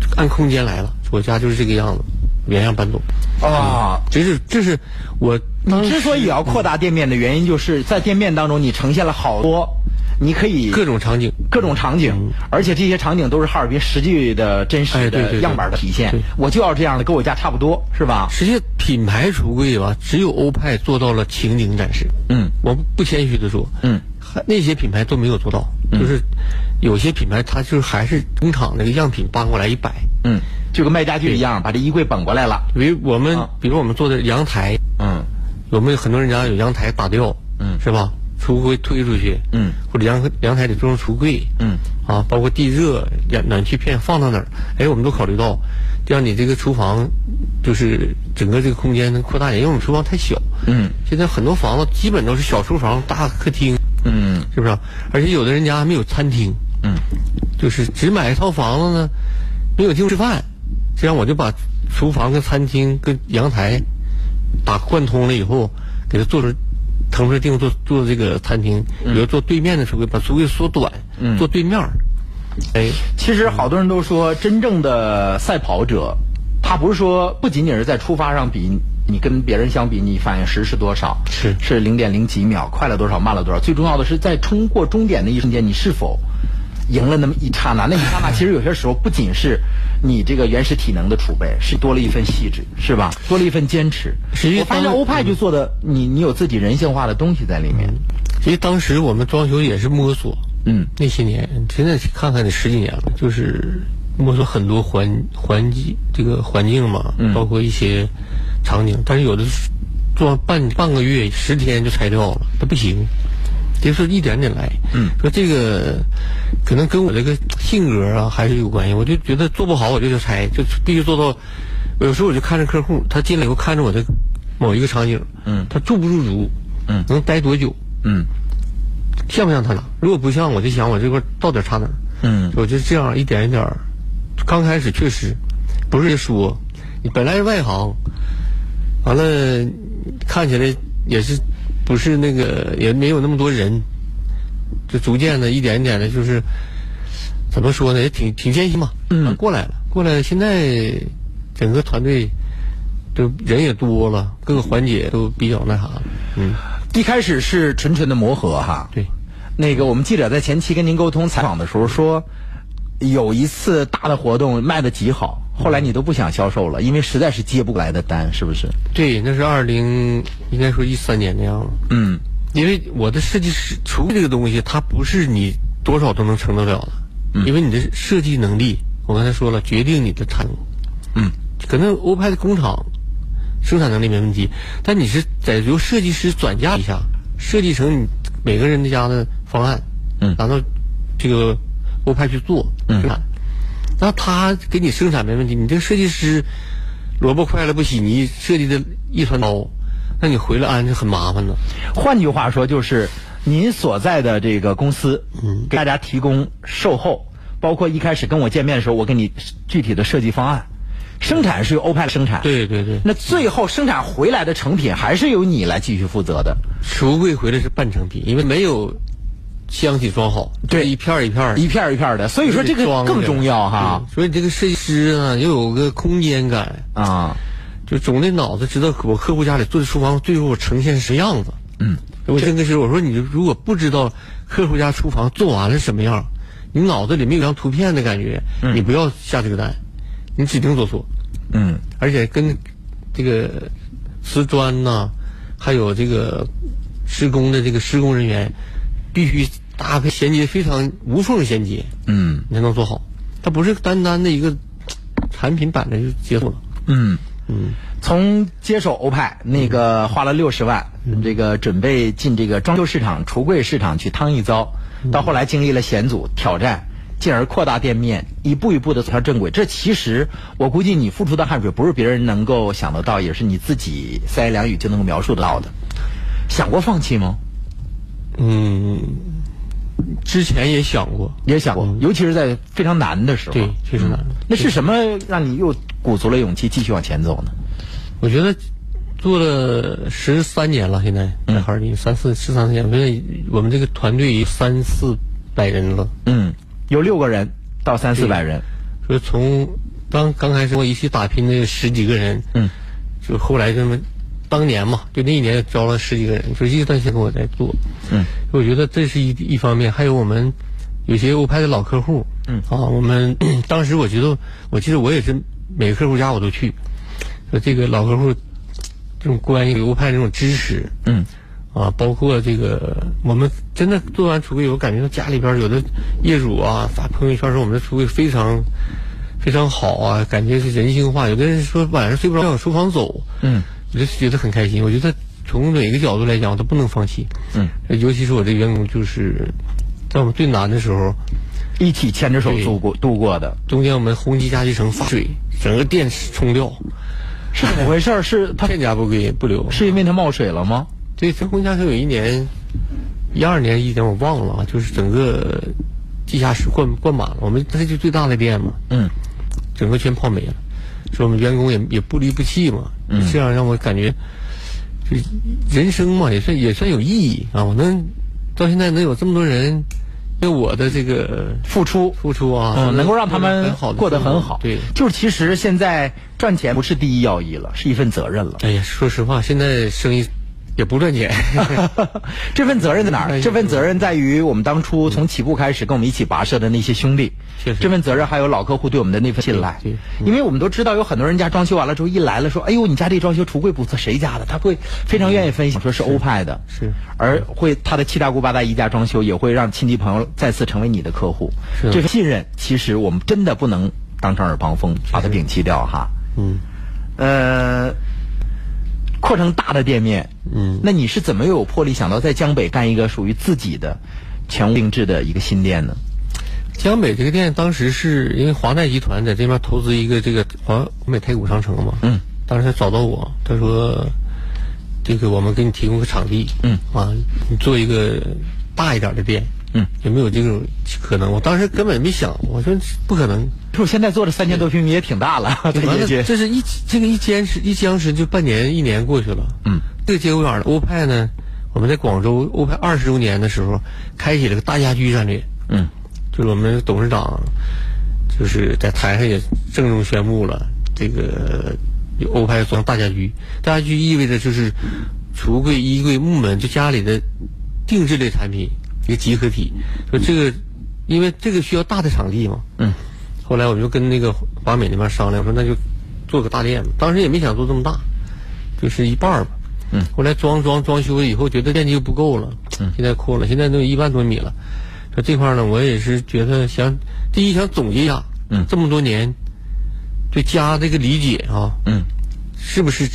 Speaker 4: 就按空间来了，我家就是这个样子，原样搬走。嗯
Speaker 2: 啊，
Speaker 4: 这是这是我当时
Speaker 2: 之所以要扩大店面的原因，就是在店面当中你呈现了好多，你可以
Speaker 4: 各种场景，嗯
Speaker 2: 各种场景，而且这些场景都是哈尔滨实际的真
Speaker 4: 哎
Speaker 2: 实
Speaker 4: 对对
Speaker 2: 的
Speaker 4: 对
Speaker 2: 样板的体现
Speaker 4: 对。
Speaker 2: 我就要这样的，跟我家差不多，是吧？
Speaker 4: 实际品牌橱柜吧，只有欧派做到了情景展示。
Speaker 2: 嗯，
Speaker 4: 我不谦虚的说，
Speaker 2: 嗯
Speaker 4: 还，那些品牌都没有做到，就是有些品牌它就是还是工厂那个样品搬过来一摆，
Speaker 2: 嗯，就跟卖家具一样，把这衣柜绑过来了。
Speaker 4: 比如我们
Speaker 2: 啊，
Speaker 4: 比如我们做的阳台，
Speaker 2: 嗯
Speaker 4: 我们有很多人家有阳台打掉，
Speaker 2: 嗯
Speaker 4: 是吧？橱柜推出去，
Speaker 2: 嗯，
Speaker 4: 或者阳阳台里装橱柜，
Speaker 2: 嗯，
Speaker 4: 啊，包括地热、暖暖气片放到哪儿，哎，我们都考虑到，让你这个厨房就是整个这个空间能扩大一点，因为我们厨房太小，
Speaker 2: 嗯，
Speaker 4: 现在很多房子基本都是小厨房、大客厅，
Speaker 2: 嗯
Speaker 4: 是不是啊？而且有的人家还没有餐厅，
Speaker 2: 嗯，
Speaker 4: 就是只买一套房子呢，没有地方吃饭，这样我就把厨房跟餐厅跟阳台打贯通了以后，给它做成腾出来地方做做这个餐厅，比
Speaker 2: 嗯
Speaker 4: 如做对面的橱柜，把橱柜缩短，做对面儿，哎，
Speaker 2: 其实好多人都说，真正的赛跑者，他不是说不仅仅是在出发上比你跟别人相比，你反应时是多少？
Speaker 4: 是
Speaker 2: 是零点零几秒，快了多少，慢了多少？最重要的是在冲过终点的一瞬间，你是否赢了那么一刹那？那一 刹那其实有些时候不仅是你这个原始体能的储备，是多了一份细致，是吧？多了一份坚持。
Speaker 4: 实际
Speaker 2: 我发现
Speaker 4: 当
Speaker 2: 欧派就做的，你你有自己人性化的东西在里面。
Speaker 4: 其实当时我们装修也是摸索，
Speaker 2: 嗯，
Speaker 4: 那些年真的看看得十几年了，就是摸索很多环环境这个环境嘛，包括一些场景，但是有的是做半半个月十天就拆掉了，它不行，得是一点点来。嗯，说这个可能跟我这个性格啊还是有关系，我就觉得做不好我就要拆，就必须做到。有时候我就看着客户，他进来以后看着我的某一个场景，嗯，他驻不驻足，嗯，能待多久，
Speaker 2: 嗯
Speaker 4: 像不像他俩？如果不像，我就想我这块儿到底差哪儿？
Speaker 2: 嗯
Speaker 4: 我就这样一点一点儿。刚开始确实不是说，你本来是外行，完了看起来也是不是那个也没有那么多人，就逐渐的一点一点的，就是怎么说呢，也挺挺艰辛嘛。
Speaker 2: 嗯
Speaker 4: 过来了，过来了。现在整个团队就人也多了，各个环节都比较那啥了。嗯，
Speaker 2: 一开始是纯纯的磨合哈。
Speaker 4: 对。
Speaker 2: 那个我们记者在前期跟您沟通采访的时候说，有一次大的活动卖的极好，后来你都不想销售了，因为实在是接不过来的单，是不是？
Speaker 4: 对，那是二零，应该说一三年的样子。
Speaker 2: 嗯
Speaker 4: 因为我的设计师厨艺这个东西，它不是你多少都能承得了的，
Speaker 2: 嗯
Speaker 4: 因为你的设计能力，我刚才说了，决定你的产能。
Speaker 2: 嗯，
Speaker 4: 可能欧派的工厂生产能力没问题，但你是得由设计师转嫁一下，设计成你每个人的家的方案，
Speaker 2: 嗯
Speaker 4: 拿到这个欧派去做
Speaker 2: 嗯
Speaker 4: 生产。那他给你生产没问题，你这个设计师萝卜快了不洗泥，设计的一团糟，那你回来安就很麻烦了。
Speaker 2: 换句话说，就是您所在的这个公司，嗯，给大家提供售后，包括一开始跟我见面的时候，我给你具体的设计方案，生产是由欧派来生产，。
Speaker 4: 对对对。
Speaker 2: 那最后生产回来的成品还是由你来继续负责的，
Speaker 4: 橱柜回来是半成品，因为没有箱体装好，
Speaker 2: 对
Speaker 4: 一片儿一片儿
Speaker 2: 一片儿一片儿的，所以说这个
Speaker 4: 装
Speaker 2: 更
Speaker 4: 着
Speaker 2: 重要哈。
Speaker 4: 对所以这个设计师啊，又有个空间感，
Speaker 2: 啊，
Speaker 4: 就总得脑子知道我客户家里做的厨房最后呈现什么样子。嗯，我真跟师傅我说，你如果不知道客户家厨房做完了什么样，你脑子里没有张图片的感觉，你不要下这个单，你指定做错。
Speaker 2: 嗯，
Speaker 4: 而且跟这个瓷砖呐、还有这个施工的这个施工人员，必须搭配衔接非常无缝衔接，
Speaker 2: 嗯，
Speaker 4: 你才能做好。它不是单单的一个产品板的就结束了。
Speaker 2: 嗯，从接手欧派那
Speaker 4: 嗯
Speaker 2: 个花了六十万，这个准备进这个装修市场、橱柜市场去趟一遭，
Speaker 4: 嗯
Speaker 2: 到后来经历了险阻、挑战，进而扩大店面，一步一步的走上正轨。这其实我估计你付出的汗水不是别人能够想得到，也是你自己三言两语就能够描述得到的。想过放弃吗？
Speaker 4: 嗯，之前也想过，嗯
Speaker 2: 也想过，尤其是在非常难的时候。嗯
Speaker 4: 对，确实难。
Speaker 2: 那是什么让你又鼓足了勇气继续往前走呢？
Speaker 4: 我觉得做了十三年了，现在
Speaker 2: 嗯
Speaker 4: 在哈尔滨三四十三年，现在我们这个团队有三四百人了。
Speaker 2: 嗯，有六个人到三四百人。
Speaker 4: 说从当刚开始我一起打拼的十几个人，
Speaker 2: 嗯，
Speaker 4: 就后来他们当年嘛，就那一年招了十几个人，就一直到现在我在做，
Speaker 2: 嗯，
Speaker 4: 我觉得这是一一方面，还有我们有些欧派的老客户，嗯啊，我们 当时我觉得，我记得我也是每个客户家我都去，说这个老客户这种关系，欧派这种支持，
Speaker 2: 嗯，
Speaker 4: 啊，包括这个，我们真的做完橱柜，我感觉到家里边儿有的业主啊发朋友圈说我们的橱柜非常非常好啊，感觉是人性化。有的人说晚上睡不着，往厨房走，
Speaker 2: 嗯，
Speaker 4: 我就觉得很开心。我觉得从每个角度来讲，我都不能放弃，
Speaker 2: 嗯，
Speaker 4: 尤其是我这员工，就是在我们最难的时候，
Speaker 2: 一起牵着手度过度过的，
Speaker 4: 中间我们轰击家具城发水，整个电冲掉，
Speaker 2: 是怎么回事儿？ 是他
Speaker 4: 片甲不归不留。
Speaker 2: 是因为他冒水了吗？
Speaker 4: 对，这红家城有一年，一二年一年我忘了啊，就是整个地下室灌灌满了，我们那就最大的店嘛，
Speaker 2: 嗯，
Speaker 4: 整个全泡没了，说我们员工也也不离不弃嘛，嗯，这样让我感觉，就人生嘛也算也算有意义啊，我能到现在能有这么多人对我的这个
Speaker 2: 付出，
Speaker 4: 付出啊，
Speaker 2: 嗯，能够让他们
Speaker 4: 很好地
Speaker 2: 过得
Speaker 4: 生活
Speaker 2: 很好。
Speaker 4: 对，
Speaker 2: 就是其实现在赚钱不是第一要义了，是一份责任了。
Speaker 4: 哎呀，说实话，现在生意也不赚钱。
Speaker 2: 这份责任在哪
Speaker 4: 哎
Speaker 2: 儿？
Speaker 4: 呦
Speaker 2: 这份责任在于我们当初从起步开始跟我们一起跋涉的那些兄弟
Speaker 4: 确实，
Speaker 2: 这份责任还有老客户对我们的那份信赖
Speaker 4: 对对。
Speaker 2: 因为我们都知道有很多人家装修完了之后一来了说，哎呦你家这装修橱柜不错，谁家的？他会非常愿意分享，说是欧派的，
Speaker 4: 是
Speaker 2: 而会他的七大姑八大姨家装修也会让亲戚朋友再次成为你的客户。
Speaker 4: 是
Speaker 2: 这份信任其实我们真的不能当成耳旁风，把它摒弃掉哈。
Speaker 4: 嗯，
Speaker 2: 呃，扩成大的店面，
Speaker 4: 嗯
Speaker 2: 那你是怎么有魄力想到在江北干一个属于自己的全屋定制的一个新店呢？
Speaker 4: 江北这个店当时是因为华泰集团在这边投资一个这个华美太古商城嘛，
Speaker 2: 嗯，
Speaker 4: 当时他找到我，他说，这个我们给你提供个场地，
Speaker 2: 嗯，
Speaker 4: 啊，你做一个大一点的店，
Speaker 2: 嗯，
Speaker 4: 有没有这种可能？我当时根本没想，我说不可能，
Speaker 2: 就是现在做的三千多平米也挺大了， 在
Speaker 4: 完
Speaker 2: 业
Speaker 4: 了，
Speaker 2: 界
Speaker 4: 这是一这个一坚持一僵持就半年一年过去了。
Speaker 2: 嗯，
Speaker 4: 这个节骨眼儿了，欧派呢，我们在广州欧派二十周年的时候开启了个大家居战略，
Speaker 2: 嗯
Speaker 4: 就是我们董事长就是在台上也郑重宣布了，这个有欧派做成大家居，大家居意味着就是橱柜、衣柜、木门，就家里的定制类产品一个集合体。说这个，因为这个需要大的场地嘛，
Speaker 2: 嗯，
Speaker 4: 后来我们就跟那个华美那边商量，说那就做个大店吧。当时也没想做这么大，就是一半儿吧。
Speaker 2: 嗯
Speaker 4: 后来装装装修了以后，觉得面积又不够了，嗯，现在扩了，现在都有一万多米了。说这块儿呢，我也是觉得想，第一想总结一下，
Speaker 2: 嗯
Speaker 4: 这么多年对家这个理解啊，
Speaker 2: 嗯
Speaker 4: 是不是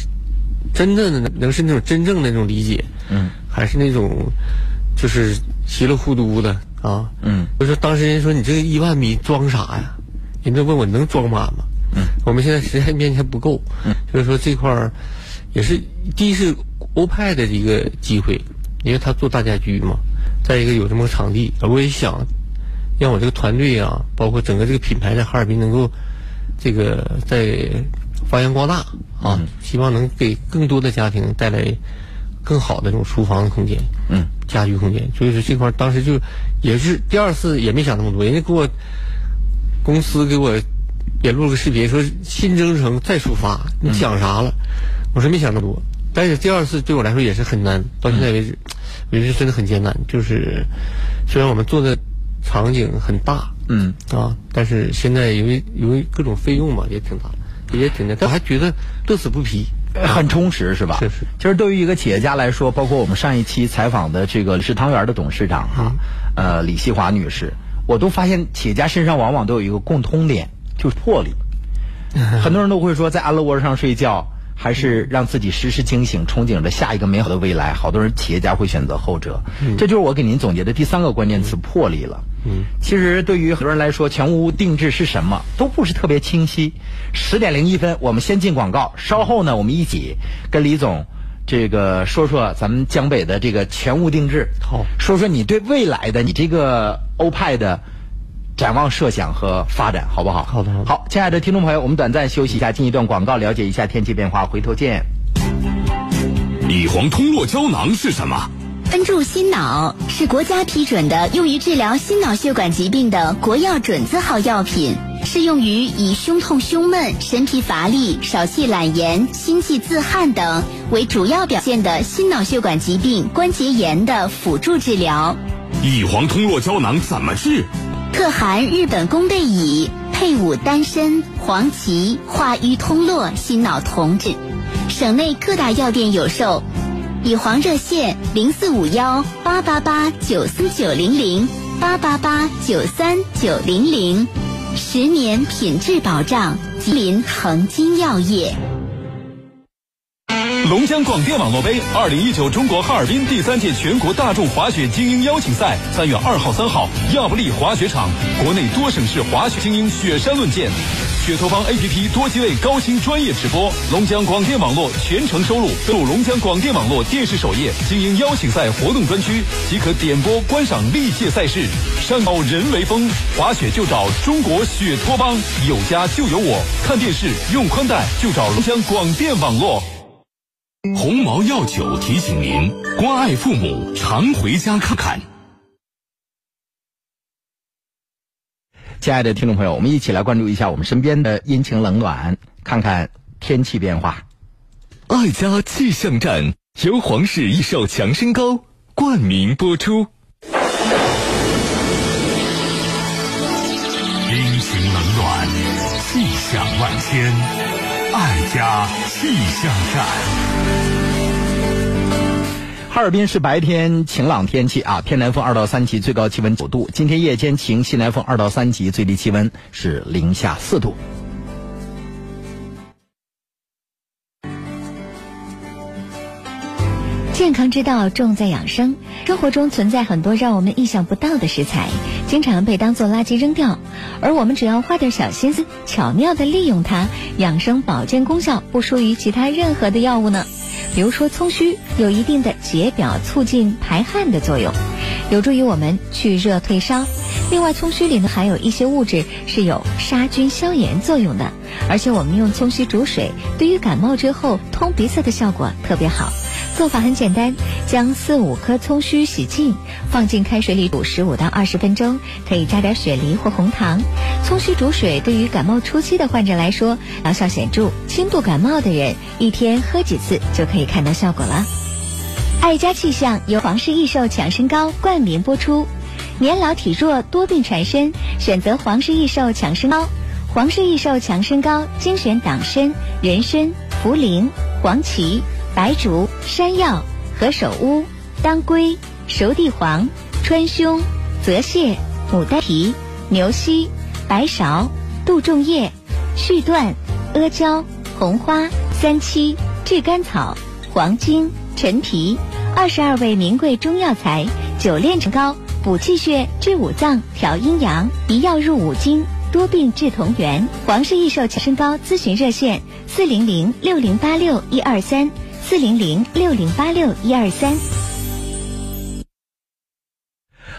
Speaker 4: 真正的能是那种真正的那种理解，
Speaker 2: 嗯，
Speaker 4: 还是那种就是稀里糊涂的啊？
Speaker 2: 嗯，
Speaker 4: 就说当时人说你这个一万米装啥呀？人家问我能装满吗？嗯，我们现在实在面积还不够，嗯，就是说这块儿也是第一是欧派的一个机会，因为他做大家居嘛，再一个有这么个场地，我也想让我这个团队啊，包括整个这个品牌在哈尔滨能够这个在发扬光大啊，希望能给更多的家庭带来更好的这种厨房空间，
Speaker 2: 嗯，
Speaker 4: 家居空间。所以说这块儿当时就也是第二次也没想那么多，人家给我公司给我也录了个视频，说新征程再出发，
Speaker 2: 嗯
Speaker 4: 你想啥了？我说没想那么多。但是第二次对我来说也是很难，
Speaker 2: 嗯
Speaker 4: 到现在为止，我觉得真的很艰难。就是虽然我们做的场景很大，
Speaker 2: 嗯
Speaker 4: 啊，但是现在由于由于各种费用嘛，也挺大，也挺难，但我还觉得乐此不疲。
Speaker 2: 呃很充实是吧？
Speaker 4: 是是。
Speaker 2: 其实对于一个企业家来说，包括我们上一期采访的这个李氏汤圆的董事长哈、呃李希华女士，我都发现企业家身上往往都有一个共通点，就是魄力。很多人都会说，在安乐窝上睡觉，还是让自己时时惊醒，憧憬着下一个美好的未来。好多人企业家会选择后者，这就是我给您总结的第三个关键词——魄力了。嗯，其实对于很多人来说，全屋定制是什么都不是特别清晰。十点零一分，我们先进广告，稍后呢，我们一起跟李总。这个说说咱们江北的这个全屋定制，
Speaker 4: 好
Speaker 2: 说说你对未来的你这个欧派的展望、设想和发展，好不好？
Speaker 4: 好的好的
Speaker 2: 好，亲爱的听众朋友，我们短暂休息一下，进一段广告，了解一下天气变化，回头见。
Speaker 5: 乙黄通络胶囊是什么？
Speaker 7: 恩助心脑是国家批准的用于治疗心脑血管疾病的国药准字号药品，适用于以胸痛、胸闷、神疲乏力、少气懒言、心悸自汗等为主要表现的心脑血管疾病关节炎的辅助治疗。
Speaker 5: 乙黄通络胶囊怎么治？
Speaker 7: 特含日本弓背乙、配伍丹参、黄芪、化瘀通络、心脑同治，省内各大药店有售。乙黄热线零四五幺八八八九四九零零八八八九三九零零，十年品质保障，吉林恒金药业。
Speaker 9: 龙江广电网络杯二零一九中国哈尔滨第三届全国大众滑雪精英邀请赛，三月二号、三号，亚布力滑雪场，国内多省市滑雪精英雪山论剑。雪投帮 APP 多机位高清专业直播，龙江广电网络全程收录，登录龙江广电网络电视首页精英邀请赛活动专区，即可点播观赏历届赛事。山高人为峰，滑雪就找中国雪托帮，有家就有我，看电视用宽带就找龙江广电网络。
Speaker 5: 鸿茅药酒提醒您：关爱父母，常回家看看。
Speaker 2: 亲爱的听众朋友，我们一起来关注一下我们身边的阴晴冷暖，看看天气变化。
Speaker 5: 爱家气象站由皇室益寿强身膏冠名播出。
Speaker 3: 阴晴冷暖，气象万千，爱家气象站。
Speaker 2: 哈尔滨是白天晴朗天气啊，偏南风二到三级，最高气温九度。今天夜间晴，西南风二到三级，最低气温是零下四度。
Speaker 10: 健康之道重在养生。生活中存在很多让我们意想不到的食材，经常被当做垃圾扔掉，而我们只要花点小心思，巧妙的利用它，养生保健功效不输于其他任何的药物呢。比如说葱须有一定的解表、促进排汗的作用，有助于我们去热退烧。另外，葱须里呢含有一些物质是有杀菌消炎作用的，而且我们用葱须煮水，对于感冒之后通鼻塞的效果特别好。做法很简单，将四五颗葱须洗净，放进开水里煮十五到二十分钟，可以加点雪梨或红糖。葱须煮水对于感冒初期的患者来说啊疗效显著，轻度感冒的人一天喝几次就可以看到效果了。爱家气象由皇室益寿强身膏冠名播出，年老体弱多病缠身，选择皇室益寿强身膏。皇室益寿强身膏精选党参、人参、茯苓、黄芪、白术、山药、何首乌、当归、熟地黄、川芎、泽泻、牡丹皮、牛膝、白芍、杜仲叶、续断、阿胶、红花、三七、炙甘草、黄精、陈皮，二十二味名贵中药材，九炼成膏，补气血、治五脏、调阴阳，一药入五经。多病治同源，皇氏益寿强身膏咨询热线：四零零六零八六一二三，四零零六零八六一二三。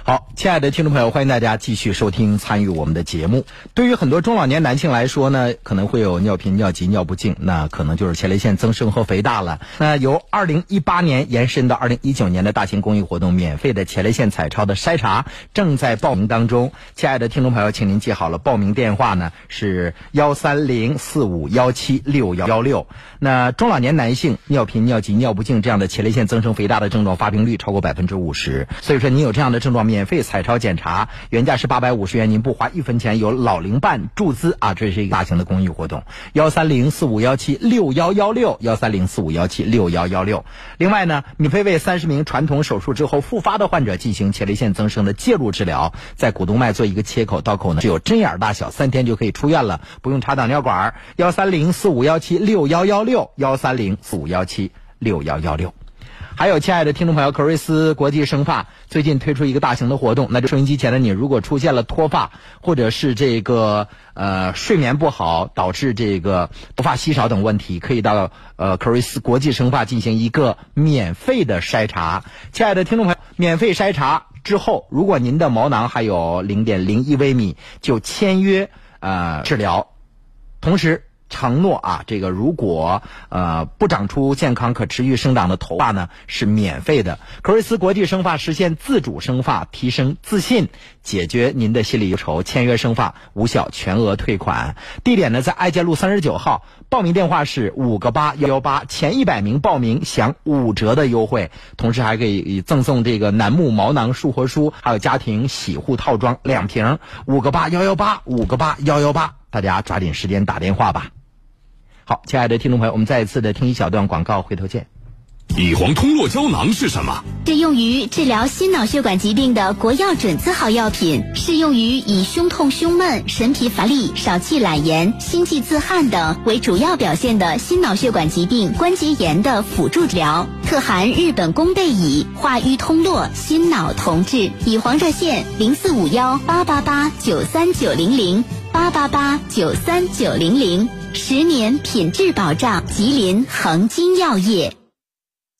Speaker 2: 好，亲爱的听众朋友，欢迎大家继续收听参与我们的节目。对于很多中老年男性来说呢，可能会有尿频、尿急、尿不尽，那可能就是前列腺增生和肥大了。那由二零一八年延伸到二零一九年的大型公益活动——免费的前列腺彩超的筛查，正在报名当中。亲爱的听众朋友，请您记好了，报名电话呢是幺三零四五幺七六幺幺六。那中老年男性尿频、尿急、尿不尽这样的前列腺增生肥大的症状发病率超过百分之五十，所以说您有这样的症状，免费彩超检查，原价是八百五十元，您不花一分钱，由老龄办注资啊，这是一个大型的公益活动，幺三零四五幺七六幺幺六，幺三零四五幺七六幺幺六。另外呢，免费为三十名传统手术之后复发的患者进行前列腺增生的介入治疗，在股动脉做一个切口，刀口呢只有针眼儿大小，三天就可以出院了，不用插导尿管。幺三零四五幺七六幺幺六，幺三零四五幺七六幺幺六。还有，亲爱的听众朋友，可瑞斯国际生发最近推出一个大型的活动，那就收音机前的你，如果出现了脱发，或者是这个呃睡眠不好导致这个头发稀少等问题，可以到呃可瑞斯国际生发进行一个免费的筛查。亲爱的听众朋友，免费筛查之后，如果您的毛囊还有零点零一微米，就签约呃治疗。同时承诺啊，这个如果呃不长出健康可持续生长的头发呢，是免费的。可瑞斯国际生发实现自主生发，提升自信，解决您的心理忧愁。签约生发无效，全额退款。地点呢在爱家路三十九号，报名电话是五个八幺幺八，前一百名报名享五折的优惠，同时还可以赠送这个楠木毛囊束活梳，还有家庭洗护套装两瓶。五个八幺幺八，五个八幺幺八。大家抓紧时间打电话吧。好，亲爱的听众朋友，我们再一次的听一小段广告，回头见。
Speaker 3: 乙黄通络胶囊是什么？
Speaker 10: 是用于治疗心脑血管疾病的国药准字号药品，适用于以胸痛、胸闷、神疲乏力、少气懒言、心悸自汗等为主要表现的心脑血管疾病关节炎的辅助治疗，特含日本宫贝乙、化瘀通络、心脑同治。乙黄热线零四五幺八八八九三九零零八八八九三九零零，十年品质保障，吉林恒金药业。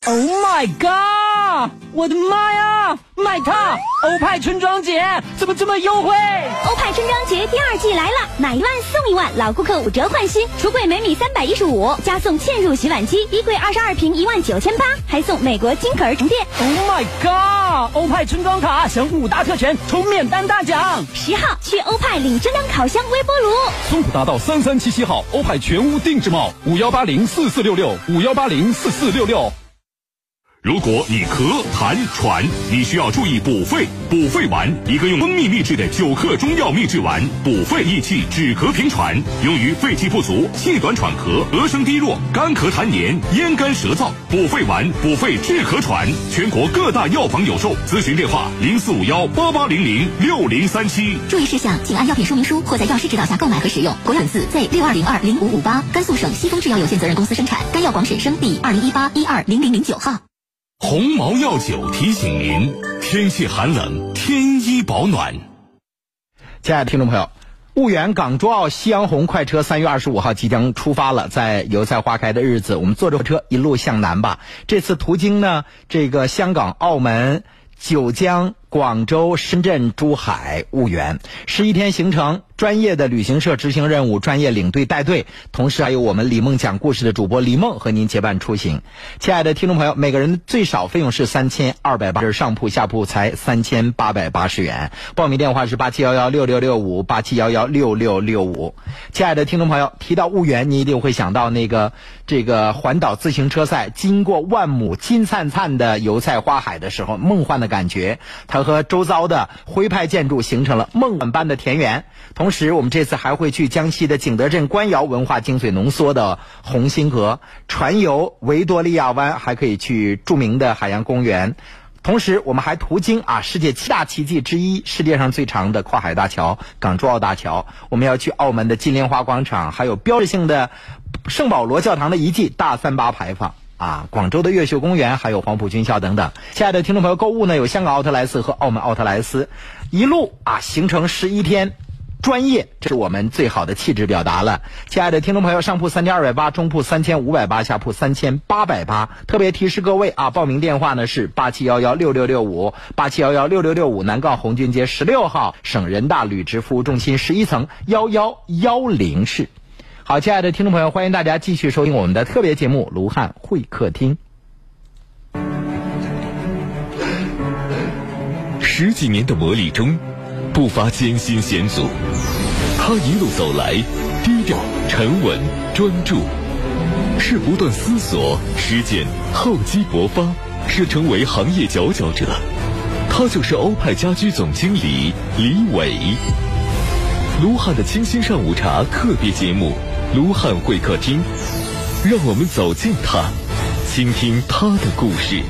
Speaker 1: Oh my god！我的妈呀！啊，买它！欧派春装节怎么这么优惠？
Speaker 7: 欧派春装节第二季来了，买一万送一万，老顾客五折换新，橱柜每米三百一十五，加送嵌入洗碗机，衣柜二十二平一万九千八，还送美国金可儿床垫。
Speaker 1: Oh my god！欧派春装卡享五大特权，抽免单大奖。
Speaker 7: 十号去欧派领蒸当烤箱微波炉。
Speaker 9: 松浦大道三三七七号欧派全屋定制帽，五幺八零四四六六，五幺八零四四六六。
Speaker 5: 如果你咳痰喘，你需要注意补肺。补肺丸，一个用蜂蜜秘制的九克中药秘制丸，补肺益气，止咳平喘，用于肺气不足、气短喘咳、额声低弱、干咳痰黏、咽干舌燥。补肺丸，补肺治咳喘，全国各大药房有售。咨询电话：零四五幺八八零零六零三七。
Speaker 7: 注意事项，请按药品说明书或在药师指导下购买和使用。国药字 Z 六二零二零五五八，甘肃省西丰制药有限责任公司生产。该药广审生第二零一八一二零零零九号。
Speaker 5: 鸿茅药酒提醒您：天气寒冷，添衣保暖。
Speaker 2: 亲爱的听众朋友，婺源港珠澳夕阳红快车三月二十五号即将出发了，在油菜花开的日子，我们坐着火车一路向南吧。这次途经呢，这个香港、澳门、九江、广州、深圳、珠海、婺源，十一天行程，专业的旅行社执行任务，专业领队带队，同时还有我们李梦讲故事的主播李梦和您结伴出行。亲爱的听众朋友，每个人最少费用是三千二百八，上铺下铺才三千八百八十元。报名电话是八七幺幺六六六五八七幺幺六六六五。亲爱的听众朋友，提到婺源，你一定会想到那个这个环岛自行车赛，经过万亩金灿灿的油菜花海的时候，梦幻的感觉，它和周遭的徽派建筑形成了梦幻般的田园。同时，我们这次还会去江西的景德镇官窑文化精髓浓缩的红星河，船游维多利亚湾，还可以去著名的海洋公园。同时，我们还途经啊世界七大奇迹之一、世界上最长的跨海大桥——港珠澳大桥。我们要去澳门的金莲花广场，还有标志性的圣保罗教堂的遗迹大三巴牌坊。啊，广州的越秀公园，还有黄埔军校等等。亲爱的听众朋友，购物呢有香港奥特莱斯和澳门奥特莱斯，一路啊行程十一天。专业，这是我们最好的气质表达了。亲爱的听众朋友，上铺三千二百八，中铺三千五百八，下铺三千八百八。特别提示各位啊，报名电话呢是八七幺幺六六六五八七幺幺六六六五，南岗红军街十六号，省人大履职服务中心十一层幺幺幺零室。好，亲爱的听众朋友，欢迎大家继续收听我们的特别节目《卢汉会客厅》。
Speaker 3: 十几年的磨砺中，不乏艰辛险阻。他一路走来，低调、沉稳、专注，是不断思索、实践、厚积薄发，是成为行业佼佼者。他就是欧派家居总经理李伟。卢汉的清新上午茶特别节目《卢汉会客厅》，让我们走进他，倾听他的故事。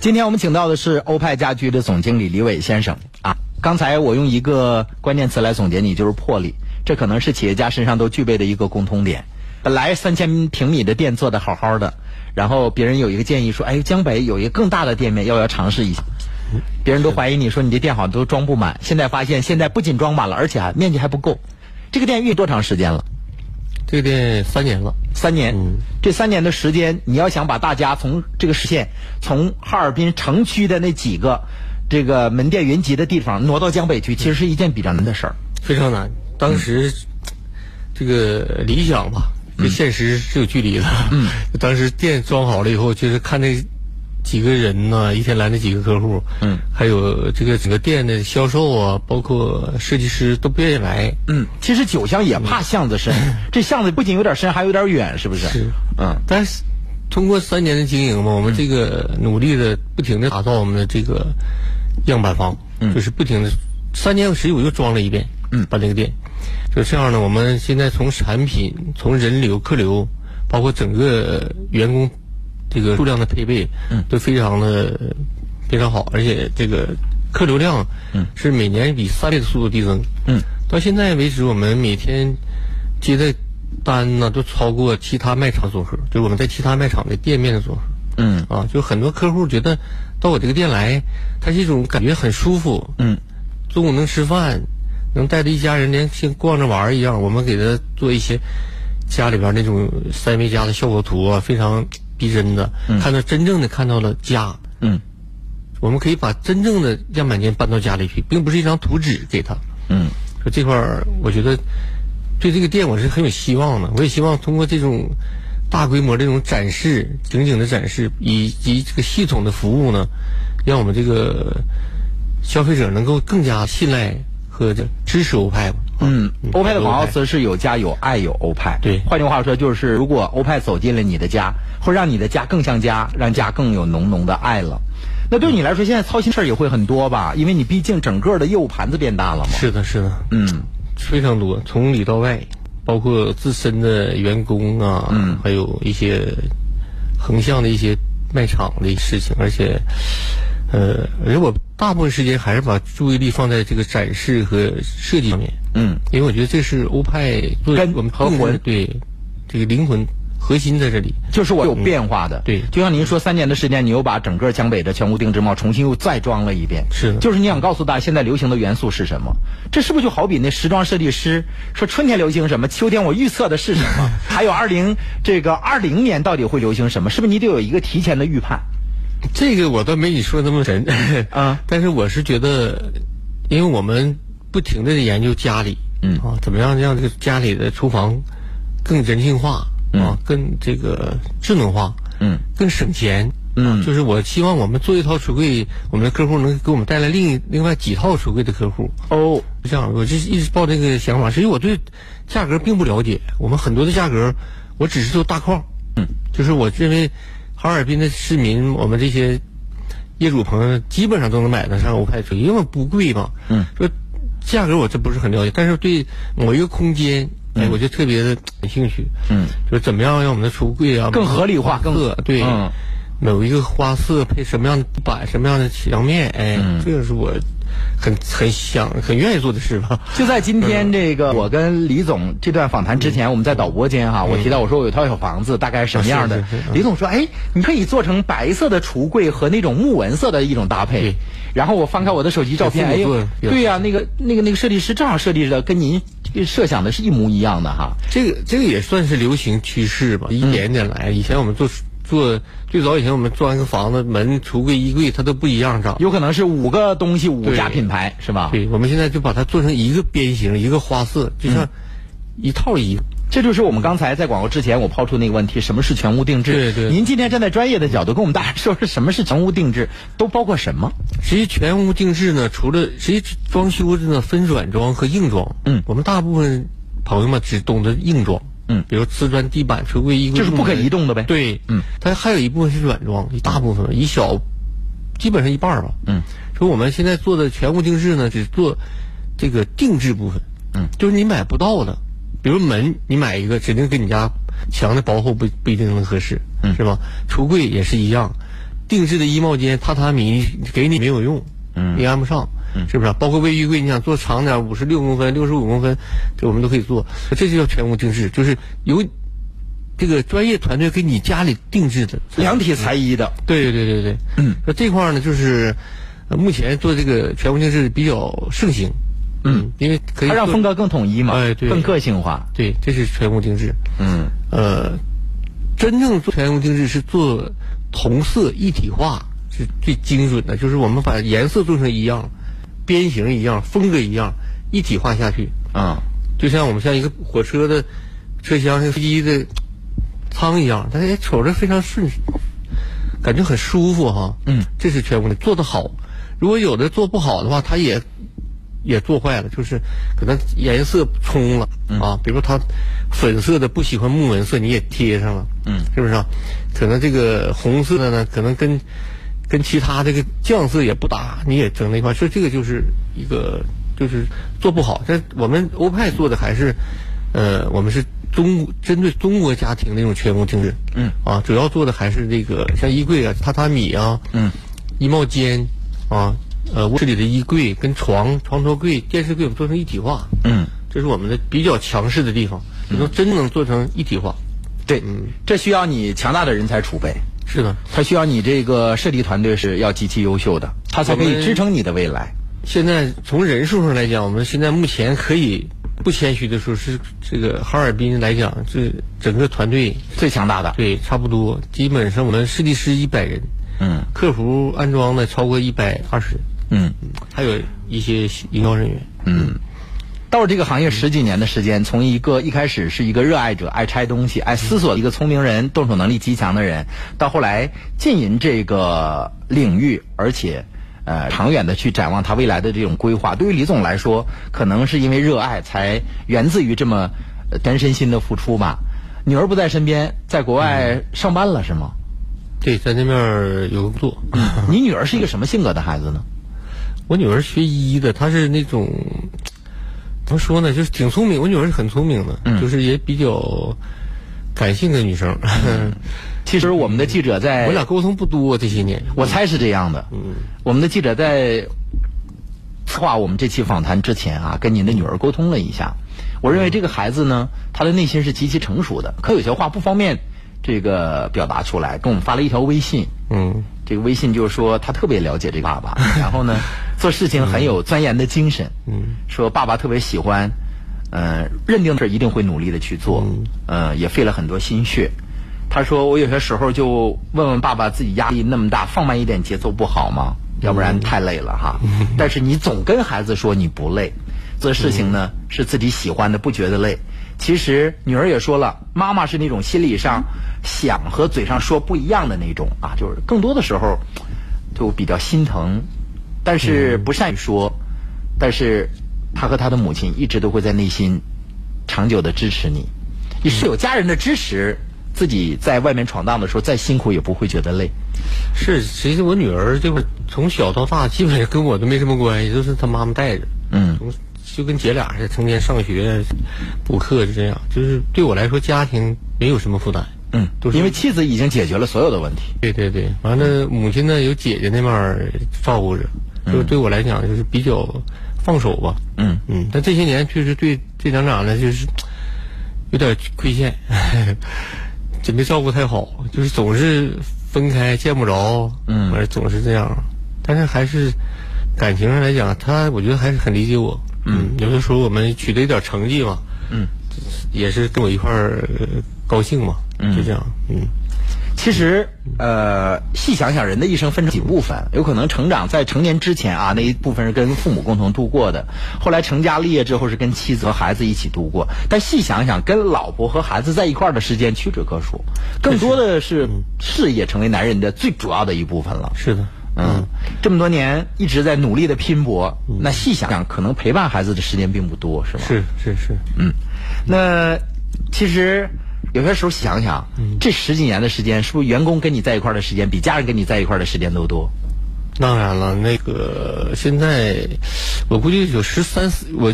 Speaker 2: 今天我们请到的是欧派家居的总经理李伟先生啊。刚才我用一个关键词来总结你，就是魄力。这可能是企业家身上都具备的一个共通点。本来三千平米的店做得好好的，然后别人有一个建议说：“哎，江北有一个更大的店面，要不要尝试一下？”别人都怀疑你说你这店好像都装不满。现在发现，现在不仅装满了，而且还面积还不够。这个店运多长时间了？
Speaker 4: 这个店三年了，嗯
Speaker 2: 三年，这三年的时间，你要想把大家从这个市县，从哈尔滨城区的那几个这个门店云集的地方挪到江北去，其实是一件比较难的事儿。
Speaker 4: 非常难。当时、这个理想吧，跟现实是有距离的。嗯，当时店装好了以后，就是看那几个人呐，一天来那几个客户，嗯，还有这个整个店的销售啊，包括设计师都不愿意来。嗯
Speaker 2: 嗯，其实酒香也怕巷子深，这巷子不仅有点深，还有点远，是不是？
Speaker 4: 是
Speaker 2: 嗯，
Speaker 4: 但是通过三年的经营嘛，我们这个努力的不停的打造我们的这个样板房，
Speaker 2: 嗯
Speaker 4: 就是不停的三年时我又装了一遍，嗯，把这个店就这样呢。我们现在从产品、从人流、客流，包括整个员工这个数量的配备，嗯，都非常的呃非常好，而且这个客流量，嗯，是每年以三倍的速度递增，
Speaker 2: 嗯，
Speaker 4: 到现在为止，我们每天接的单呢，都超过其他卖场总和，就是我们在其他卖场的店面的总和。
Speaker 2: 嗯，
Speaker 4: 啊，就很多客户觉得到我这个店来，他是一种感觉很舒服。
Speaker 2: 嗯，
Speaker 4: 中午能吃饭，能带着一家人连像逛着玩儿一样，我们给他做一些家里边那种三维家啊的效果图啊，非常逼真的，看到真正的看到了家。
Speaker 2: 嗯，
Speaker 4: 我们可以把真正的样板间搬到家里去，并不是一张图纸给他。
Speaker 2: 嗯，
Speaker 4: 说这块儿，我觉得对这个店我是很有希望的。我也希望通过这种大规模这种展示、景景的展示，以及这个系统的服务呢，让我们这个消费者能够更加信赖和支持欧派吧。
Speaker 2: 嗯，欧派的广告
Speaker 4: 欧派
Speaker 2: 词是有家有爱有欧派。
Speaker 4: 对
Speaker 2: 换句话说就是，如果欧派走进了你的家，会让你的家更像家，让家更有浓浓的爱了。那对你来说，现在操心事儿也会很多吧？因为你毕竟整个的业务盘子变大了嘛。
Speaker 4: 是的，是的，
Speaker 2: 嗯，
Speaker 4: 非常多，从里到外，包括自身的员工啊，
Speaker 2: 嗯
Speaker 4: 还有一些横向的一些卖场的事情，而且，呃，而且我大部分时间还是把注意力放在这个展示和设计上面，
Speaker 2: 嗯，
Speaker 4: 因为我觉得这是欧派做
Speaker 2: 跟
Speaker 4: 我们
Speaker 2: 和
Speaker 4: 个人
Speaker 2: 魂
Speaker 4: 对这个灵魂核心在这里，嗯
Speaker 2: 就是我有变化的。
Speaker 4: 对
Speaker 2: 就像您说，三年的时间，你又把整个江北的全屋定制帽重新又再装了一遍。
Speaker 4: 是的
Speaker 2: 就是你想告诉大家，现在流行的元素是什么？这是不是就好比那时装设计师说春天流行什么，秋天我预测的是什 么，还有二零这个二零年到底会流行什么？是不是你得有一个提前的预判？
Speaker 4: 这个我倒没你说的那么神
Speaker 2: 啊，
Speaker 4: 但是我是觉得，因为我们不停的研究家里，
Speaker 2: 嗯
Speaker 4: 啊，怎么样让这个家里的厨房更人性化，啊，更这个智能化，
Speaker 2: 嗯，
Speaker 4: 更省钱，
Speaker 2: 嗯
Speaker 4: 啊就是我希望我们做一套橱柜，我们的客户能给我们带来另一另外几套橱柜的客户，
Speaker 2: 哦，
Speaker 4: 这样，我就一直抱这个想法。其实我对价格并不了解，我们很多的价格，我只是做大框。嗯，就是我认为哈尔滨的市民，我们这些业主朋友基本上都能买得上欧派水，因为不贵嘛。
Speaker 2: 嗯，
Speaker 4: 说价格我这不是很了解，但是对某一个空间，哎，我就特别的感兴趣。
Speaker 2: 嗯，
Speaker 4: 就是怎么样让我们的橱柜啊
Speaker 2: 更合理化
Speaker 4: 更
Speaker 2: 更
Speaker 4: 对。
Speaker 2: 嗯
Speaker 4: 某一个花色配什么样的地板，什么样的墙面，哎，
Speaker 2: 嗯
Speaker 4: 这个是我很很想很愿意做的事吧。
Speaker 2: 就在今天这个我跟李总这段访谈之前，我们在导播间哈，我提到我说我有套小房子，大概是什么样的
Speaker 4: 啊嗯是是是？嗯
Speaker 2: 李总说，哎，你可以做成白色的橱柜和那种木纹色的一种搭配
Speaker 4: 对。
Speaker 2: 然后我翻开我的手机照片，哎
Speaker 4: 给父母做
Speaker 2: 呦，对呀、那个那个那个设计师正好设计的跟您这个设想的是一模一样的哈。
Speaker 4: 这个这个也算是流行趋势
Speaker 2: 嗯
Speaker 4: 吧，一点一点来。以前我们做做最早以前我们装一个房子，门、橱柜、衣柜它都不一样长。
Speaker 2: 有可能是五个东西五家
Speaker 4: 对
Speaker 2: 品牌是吧？
Speaker 4: 对，我们现在就把它做成一个边形，一个花色，就像一套衣服。
Speaker 2: 嗯这就是我们刚才在广告之前我抛出那个问题：什么是全屋定制？
Speaker 4: 对对
Speaker 2: 您今天站在专业的角度跟我们大家说说什么是全屋定制，都包括什么？
Speaker 4: 实际全屋定制呢，除了实际装修的呢，分软装和硬装。
Speaker 2: 嗯
Speaker 4: 我们大部分朋友们只懂得硬装。
Speaker 2: 嗯
Speaker 4: 比如瓷砖、地板、橱柜、衣柜，
Speaker 2: 就是不可移动的呗
Speaker 4: 对，
Speaker 2: 嗯，
Speaker 4: 它还有一部分是软装，一大部分一小，基本上一半儿吧。
Speaker 2: 嗯，
Speaker 4: 所以我们现在做的全屋定制呢，只做这个定制部分。
Speaker 2: 嗯，
Speaker 4: 就是你买不到的，比如门，你买一个指定跟你家墙的薄厚不不一定能合适，嗯，是吧？橱柜也是一样，定制的衣帽间、榻榻米给你没有用，嗯，你安不上，是不是啊？包括卫浴柜，你想做长点，五十六公分、六十五公分，这我们都可以做，这就叫全屋定制，就是由这个专业团队给你家里定制的。
Speaker 2: 量体裁衣的，
Speaker 4: 对对对对，嗯，那这块儿呢，就是呃目前做这个全屋定制比较盛行，嗯，因为可以
Speaker 2: 它让
Speaker 4: 做
Speaker 2: 风格更统一嘛，
Speaker 4: 哎对
Speaker 2: 更个性化。
Speaker 4: 对，这是全屋定制。
Speaker 2: 嗯，
Speaker 4: 呃，真正做全屋定制是做同色一体化是最精准的，就是我们把颜色做成一样，边形一样，风格一样，一体化下去。
Speaker 2: 啊，
Speaker 4: 就像我们像一个火车的车厢、像飞机的舱一样，大家瞅着非常顺，感觉很舒服哈。
Speaker 2: 嗯，
Speaker 4: 这是全部的做得好。如果有的做不好的话，它也也做坏了，就是可能颜色冲了、啊，比如说它粉色的不喜欢木纹色，你也贴上了，嗯，是不是、啊？可能这个红色的呢，可能跟跟其他这个酱色也不搭，你也整那块儿，所以这个就是一个就是做不好。但我们欧派做的还是，呃，我们是中针对中国家庭那种全屋定制，嗯，啊，主要做的还是这个像衣柜啊、榻榻米啊，嗯，衣帽间啊，呃，卧室里的衣柜跟床、床头柜、电视柜，我们做成一体化，
Speaker 2: 嗯，
Speaker 4: 这是我们的比较强势的地方，你能真能做成一体化，嗯
Speaker 2: 对，这需要你强大的人才储备，
Speaker 4: 是的。
Speaker 2: 它需要你这个设计团队是要极其优秀的，它才可
Speaker 4: 我
Speaker 2: 以
Speaker 4: 们
Speaker 2: 支撑你的未来。
Speaker 4: 现在从人数上来讲，我们现在目前可以不谦虚的说，是这个哈尔滨来讲，这整个团队
Speaker 2: 最强大的，
Speaker 4: 对差不多，基本上我们设计师一百人，
Speaker 2: 嗯，
Speaker 4: 客服安装的超过一百二十，
Speaker 2: 嗯，
Speaker 4: 还有一些营销人员。
Speaker 2: 嗯，到了这个行业十几年的时间，从一个一开始是一个热爱者，爱拆东西，爱思索，一个聪明人，动手能力极强的人，到后来浸淫这个领域，而且。呃，长远的去展望他未来的这种规划，对于李总来说，可能是因为热爱，才源自于这么呃全身心的付出吧。女儿不在身边，在国外上班了、是吗？
Speaker 4: 对，在那边儿有工作。
Speaker 2: 嗯你女儿是一个什么性格的孩子呢？
Speaker 4: 我女儿学医的，她是那种怎么说呢，就是挺聪明。我女儿是很聪明的，
Speaker 2: 嗯
Speaker 4: 就是也比较感性的女生。
Speaker 2: 嗯其实我们的记者在
Speaker 4: 我俩沟通不多这些年，
Speaker 2: 我猜是这样的。嗯，我们的记者在策划我们这期访谈之前啊，跟您的女儿沟通了一下。我认为这个孩子呢，他的内心是极其成熟的，可有些话不方便这个表达出来，跟我们发了一条微信。
Speaker 4: 嗯，
Speaker 2: 这个微信就是说他特别了解这个爸爸，然后呢，做事情很有钻研的精神。
Speaker 4: 嗯，
Speaker 2: 说爸爸特别喜欢，呃，认定事一定会努力的去做，呃，也费了很多心血。他说我有些时候就问问爸爸，自己压力那么大，放慢一点节奏不好吗？要不然太累了哈。但是你总跟孩子说你不累，做事情
Speaker 4: 嗯
Speaker 2: 呢是自己喜欢的，不觉得累。其实女儿也说了，妈妈是那种心理上想和嘴上说不一样的那种啊，就是更多的时候就比较心疼，但是不善于说。但是他和他的母亲一直都会在内心长久的支持你。你是有家人的支持，自己在外面闯荡的时候再辛苦也不会觉得累。
Speaker 4: 是，其实我女儿这会儿从小到大，基本上跟我都没什么关系，都是她妈妈带着。
Speaker 2: 嗯，
Speaker 4: 从就跟姐俩似的，成天上学、补课是这样。就是对我来说，家庭没有什么负担。
Speaker 2: 嗯，
Speaker 4: 都是
Speaker 2: 因为妻子已经解决了所有的问题。
Speaker 4: 对对对，完了，母亲呢有姐姐那边儿照顾着，就是对我来讲就是比较放手吧。
Speaker 2: 嗯
Speaker 4: 嗯，但这些年确实对这两长呢就是有点亏欠， 也没照顾太好，就是总是分开见不着，
Speaker 2: 嗯
Speaker 4: 完了总是这样。但是还是感情上来讲，他我觉得还是很理解我。嗯，有的时候我们取得一点成绩嘛，
Speaker 2: 嗯，
Speaker 4: 也是跟我一块儿呃高兴嘛，就这样，嗯。
Speaker 2: 其实，呃，细想想，人的一生分成几部分，有可能成长在成年之前啊，那一部分是跟父母共同度过的；后来成家立业之后是跟妻子和孩子一起度过。但细想想，跟老婆和孩子在一块儿的时间屈指可数，更多的是事业成为男人的最主要的一部分了。
Speaker 4: 是的，
Speaker 2: 嗯，这么多年一直在努力的拼搏，那细想想，可能陪伴孩子的时间并不多，是吗？
Speaker 4: 嗯
Speaker 2: 嗯
Speaker 4: 是是是，
Speaker 2: 那其实有些时候想想，
Speaker 4: 嗯
Speaker 2: 这十几年的时间，是不是员工跟你在一块儿的时间比家人跟你在一块儿的时间都多？
Speaker 4: 当然了，那个现在我估计有十三四，我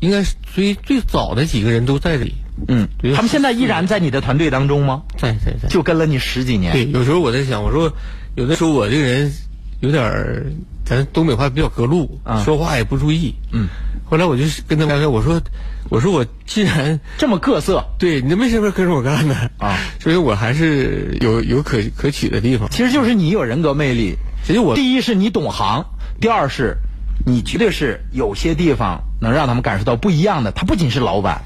Speaker 4: 应该是最最早的几个人都在这里，
Speaker 2: 嗯，
Speaker 4: 对
Speaker 2: 他们现在依然在你的团队当中吗？
Speaker 4: 在在在。
Speaker 2: 就跟了你十几年。
Speaker 4: 对，有时候我在想，我说有的时候我这个人有点儿，咱东北话比较隔路，
Speaker 2: 啊
Speaker 4: 说话也不注意。
Speaker 2: 嗯，
Speaker 4: 后来我就是跟他们聊天，我说我说我既然
Speaker 2: 这么各色。
Speaker 4: 对你没什么跟着我干呢
Speaker 2: 啊，
Speaker 4: 所以我还是有有可可取的地方。
Speaker 2: 其实就是你有人格魅力。
Speaker 4: 其实我
Speaker 2: 第一是你懂行，第二是你绝对是有些地方能让他们感受到不一样的。他不仅是老板，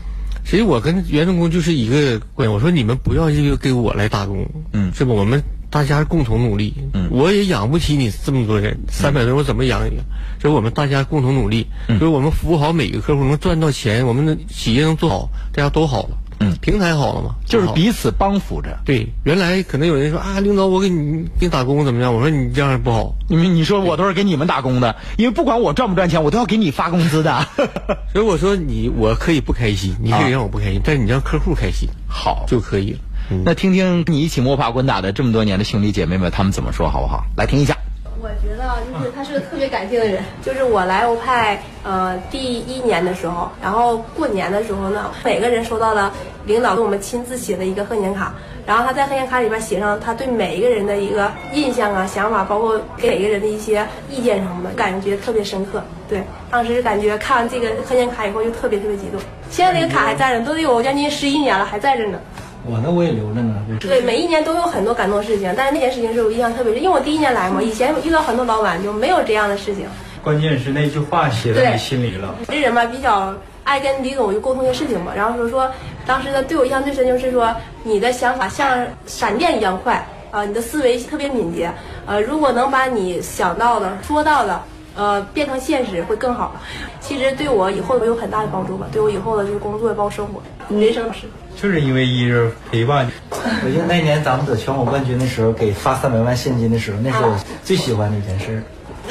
Speaker 4: 其实我跟员工就是一个观点，我说你们不要因为给我来打工，
Speaker 2: 嗯
Speaker 4: 是吧？我们大家共同努力，
Speaker 2: 嗯
Speaker 4: 我也养不起你这么多人，三百多人我怎么养你啊？所以我们大家共同努力，
Speaker 2: 嗯
Speaker 4: 就是我们服务好每个客户，能赚到钱，我们的企业能做好，大家都好了，
Speaker 2: 嗯
Speaker 4: 平台好了嘛，
Speaker 2: 就是
Speaker 4: 好
Speaker 2: 彼此帮扶着。
Speaker 4: 对。原来可能有人说啊，领导我给你给你打工怎么样？我说你这样不好，
Speaker 2: 你们你说我都是给你们打工的，因为不管我赚不赚钱，我都要给你发工资的。
Speaker 4: 所以我说你我可以不开心，你可
Speaker 2: 啊
Speaker 4: 以让我不开心，但是你让客户开心
Speaker 2: 好，
Speaker 4: 就可以了。嗯
Speaker 2: 那听听你一起摸爬滚打的这么多年的兄弟姐妹们，他们怎么说好不好？来听一下。
Speaker 11: 我觉得就是他是个特别感性的人， 就是我来欧派呃第一年的时候，然后过年的时候呢，每个人收到了领导给我们亲自写的一个贺年卡，然后他在贺年卡里边写上他对每一个人的一个印象啊、想法，包括给每个人的一些意见什么的，感觉特别深刻。对，当时感觉看完这个贺年卡以后就特别特别激动，现在这个卡还在着，都得有将近十一年了，还在着呢。
Speaker 1: 我那我也留着呢。
Speaker 11: 对，每一年都有很多感动的事情，但是那件事情是我印象特别深，因为我第一年来嘛，以前遇到很多老板就没有这样的事情。
Speaker 1: 关键是那句话写
Speaker 11: 对
Speaker 1: 里了。
Speaker 11: 这人吧比较爱跟李总就沟通一些事情嘛，然后说说当时他对我印象最深就是说你的想法像闪电一样快，呃，你的思维特别敏捷，呃，如果能把你想到的、说到的，呃，变成现实会更好。其实对我以后有很大的帮助吧，对我以后的就是工作包括生
Speaker 12: 嗯
Speaker 11: 活、人生是。
Speaker 12: 就是因为一人陪伴。我记得那年咱们得全国冠军的时候，给发三百万现金的时候，那是
Speaker 2: 啊
Speaker 12: 我最喜欢的一件事儿。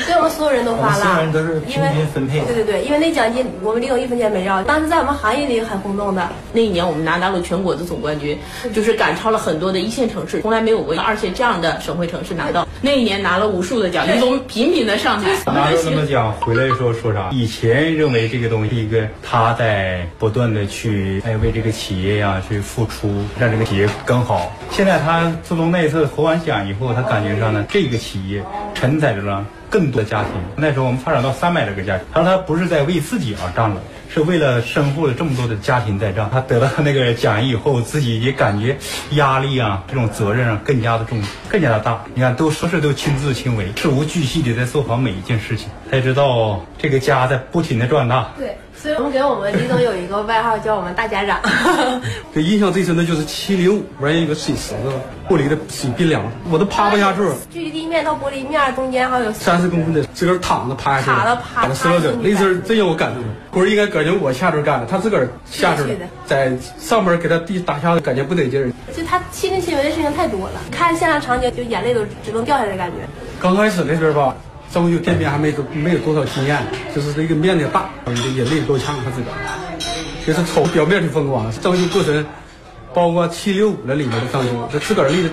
Speaker 11: 对我们所有人都发了，
Speaker 12: 我们所有人都是平均分配
Speaker 11: 因为对对对，因为那奖金我们领有一分钱没要，当时在我们行业里很轰动的。
Speaker 13: 那一年我们拿到了全国的总冠军，就是赶超了很多的一线城市，从来没有过二线这样的省会城市拿到。那一年拿了无数的奖，
Speaker 11: 对
Speaker 13: 从频频的上台。
Speaker 14: 拿着那么奖回来说说啥？以前认为这个东西，一个他在不断的去哎为这个企业呀、去付出，让这个企业更好。现在他自从那一次获完奖以后，他感觉上呢，这个企业承载着了更多的家庭。那时候我们发展到三百多个家庭，他说他不是在为自己而战了。是为了身后的这么多的家庭在战，他得到那个奖以后，自己也感觉压力啊，这种责任啊更加的重，更加的大。你看，都说是都亲自亲为，事无巨细的在做好每一件事情，才知道这个家在不停的壮大。
Speaker 11: 对，所以我们给我们李总有一个外号叫我们大家长。
Speaker 15: 对，印象最深的就是七零五玩一个水池子，玻璃的水冰凉，我都趴不下去，
Speaker 11: 距离地面到玻璃面中间还有
Speaker 15: 三十公分的，自个儿躺着趴下去，
Speaker 11: 卡了趴
Speaker 15: 打了折
Speaker 11: 趴
Speaker 15: 腾，
Speaker 11: 进去
Speaker 15: 那阵儿真让我感动了。不是应该感觉我下边干的，他自个儿下边
Speaker 11: 是的
Speaker 15: 了，在上边给他地打下，感觉不得劲儿。
Speaker 11: 就他亲力亲为的事情太多了，看现场场景就眼泪都直能掉下来的感觉。
Speaker 15: 刚开始那阵儿吧，张秀店面还没多没有多少经验，就是这个面子大，眼泪够呛，他自个儿，就是瞅表面是风光，张秀过程，包括七六五的里面的张秀，这自个儿那个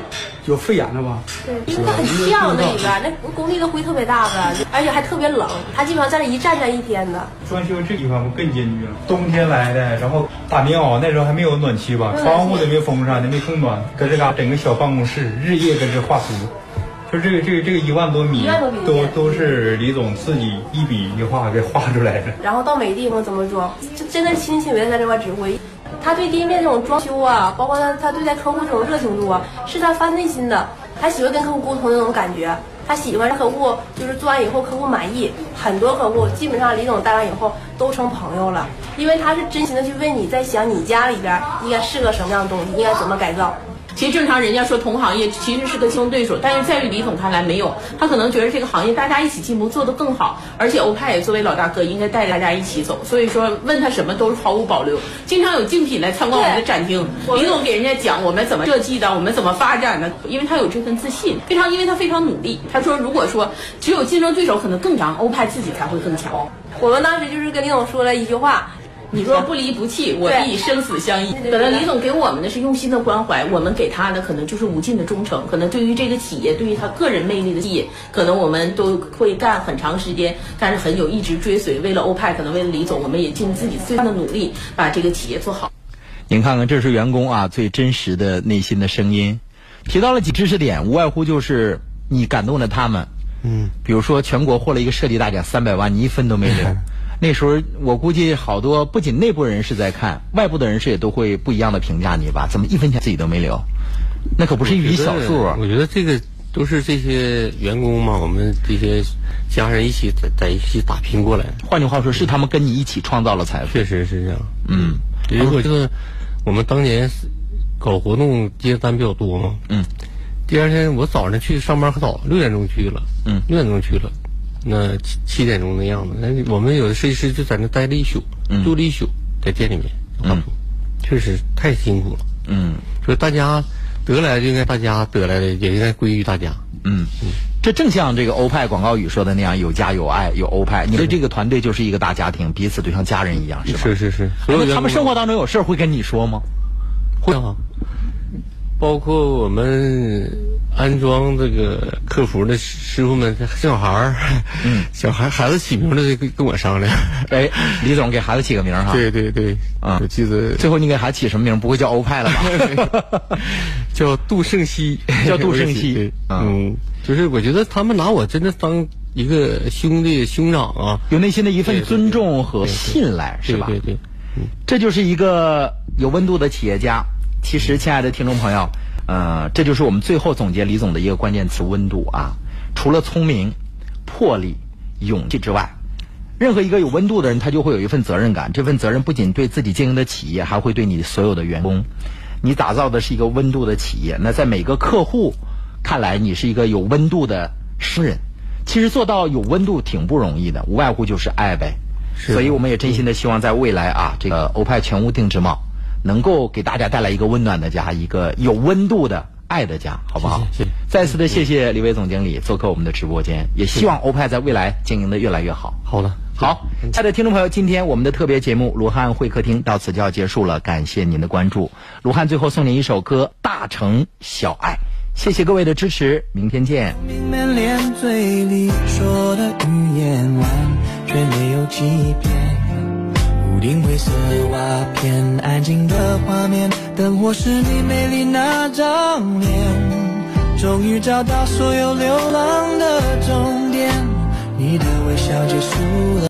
Speaker 15: 有肺炎了吧？
Speaker 11: 对，因为它很呛那里边儿，那工地的灰特别大的，而且还特别冷，他基本上在那一站站一天的。
Speaker 14: 装修这地方我更艰巨了，冬天来的，然后打棉袄，那时候还没有暖气吧，
Speaker 11: 没有暖气
Speaker 14: 窗户都没封上，都没供暖，搁这嘎整个小办公室日夜跟这画图，就这个这个这个一万多米，
Speaker 11: 一万多米
Speaker 14: 都都是李总自己一笔一画给画出来的。
Speaker 11: 然后到每个地方怎么装，就真的亲力亲为的在这块指挥。他对地面这种装修啊，包括他他对待客户这种热情度啊，是他发自内心的，他喜欢跟客户沟通的那种感觉，他喜欢客户就是做完以后客户满意。很多客户基本上李总带完以后都成朋友了，因为他是真心的去问你在想你家里边儿应该是个什么样的东西，应该怎么改造。
Speaker 13: 其实正常人家说同行业其实是个竞争对手，但是在于李总看来没有，他可能觉得这个行业大家一起进步做得更好，而且欧派也作为老大哥应该带着大家一起走，所以说问他什么都是毫无保留。经常有竞品来参观我们的展厅，
Speaker 11: 嗯
Speaker 13: 李总给人家讲我们怎么设计的，我们怎么发展的，因为他有这份自信，非常因为他非常努力。他说如果说只有竞争对手可能更强，欧派自己才会更强。
Speaker 11: 我们当时就是跟李总说了一句话，
Speaker 13: 你说不离不弃，我
Speaker 11: 对
Speaker 13: 必生死相依。
Speaker 11: 对对
Speaker 13: 可能
Speaker 11: 对
Speaker 13: 李总给我们的是用心的关怀，我们给他的可能就是无尽的忠诚。可能对于这个企业，对于他个人魅力的吸引，可能我们都会干很长时间，但是很有一直追随。为了欧派，可能为了李总，我们也尽自己最大的努力，把这个企业做好。
Speaker 2: 您看看，这是员工啊最真实的内心的声音。提到了几知识点，无外乎就是你感动了他们。
Speaker 15: 嗯，
Speaker 2: 比如说全国获了一个设计大奖三百万，你一 分都没领。那时候我估计好多不仅内部人士在看，外部的人士也都会不一样的评价你吧？怎么一分钱自己都没留？那可不是一笔小数啊！
Speaker 4: 我觉得这个都是这些员工嘛，我们这些家人一起在在一起打拼过来的。
Speaker 2: 换句话说，是他们跟你一起创造了财富。
Speaker 4: 确实是这样。
Speaker 2: 嗯，
Speaker 4: 如果这个我们当年搞活动接单比较多嘛，
Speaker 2: 嗯，
Speaker 4: 第二天我早上去上班可早，六点钟去了，
Speaker 2: 嗯，
Speaker 4: 六点钟去了，那七七点钟那样子。那我们有的设计师就在那待了一宿，
Speaker 2: 嗯
Speaker 4: 住了一宿，在店里面，
Speaker 2: 嗯
Speaker 4: 确实太辛苦了。
Speaker 2: 嗯，
Speaker 4: 说大家得来就应该大家得来的，也应该归于大家。
Speaker 2: 嗯，这正像这个欧派广告语说的那样，有家有爱有欧派。你的这个团队就是一个大家庭，彼此就像家人一样，是吧？哎
Speaker 4: 是是是。所有
Speaker 2: 那
Speaker 4: 员
Speaker 2: 他
Speaker 4: 工
Speaker 2: 们生活当中有事儿会跟你说吗？
Speaker 4: 会啊，包括我们安装这个客服的师傅们，小孩儿，嗯， 小孩孩子起名的跟跟我商量。
Speaker 2: 哎，李总给孩子起个名儿哈。
Speaker 4: 对对对，
Speaker 2: 啊，
Speaker 4: 我记得
Speaker 2: 最后你给孩子起什么名儿？不会叫欧派了吧？
Speaker 4: 叫杜胜熙，
Speaker 2: 叫杜胜
Speaker 4: 我也
Speaker 2: 熙啊
Speaker 4: 记得嗯，就是我觉得他们拿我真的当一个兄弟兄长啊，
Speaker 2: 有内心的一份尊重和信赖，是吧？
Speaker 4: 对对。嗯
Speaker 2: 这就是一个有温度的企业家。其实，亲爱的听众朋友，呃，这就是我们最后总结李总的一个关键词——温度啊。除了聪明、魄力、勇气之外，任何一个有温度的人，他就会有一份责任感。这份责任不仅对自己经营的企业，还会对你所有的员工。你打造的是一个温度的企业，那在每个客户看来你是一个有温度的诗人。其实做到有温度挺不容易的，无外乎就是爱呗。所以我们也真心的希望在未来啊，这个欧派全屋定制帽能够给大家带来一个温暖的家，一个有温度的爱的家，好不好？
Speaker 4: 谢谢
Speaker 2: 再次的谢谢李伟总经理做客我们的直播间，也希望欧派在未来经营的越来越好。
Speaker 4: 好的。
Speaker 2: 好，亲爱的听众朋友，今天我们的特别节目《卢汉会客厅》到此就要结束了，感谢您的关注。卢汉最后送您一首歌《大城小爱》，谢谢各位的支持，明天见。
Speaker 16: 明明连嘴里说的语言完全没有几遍，屋顶灰色瓦片，安静的画面，灯火是你美丽那张脸，终于找到所有流浪的终点，你的微笑结束了。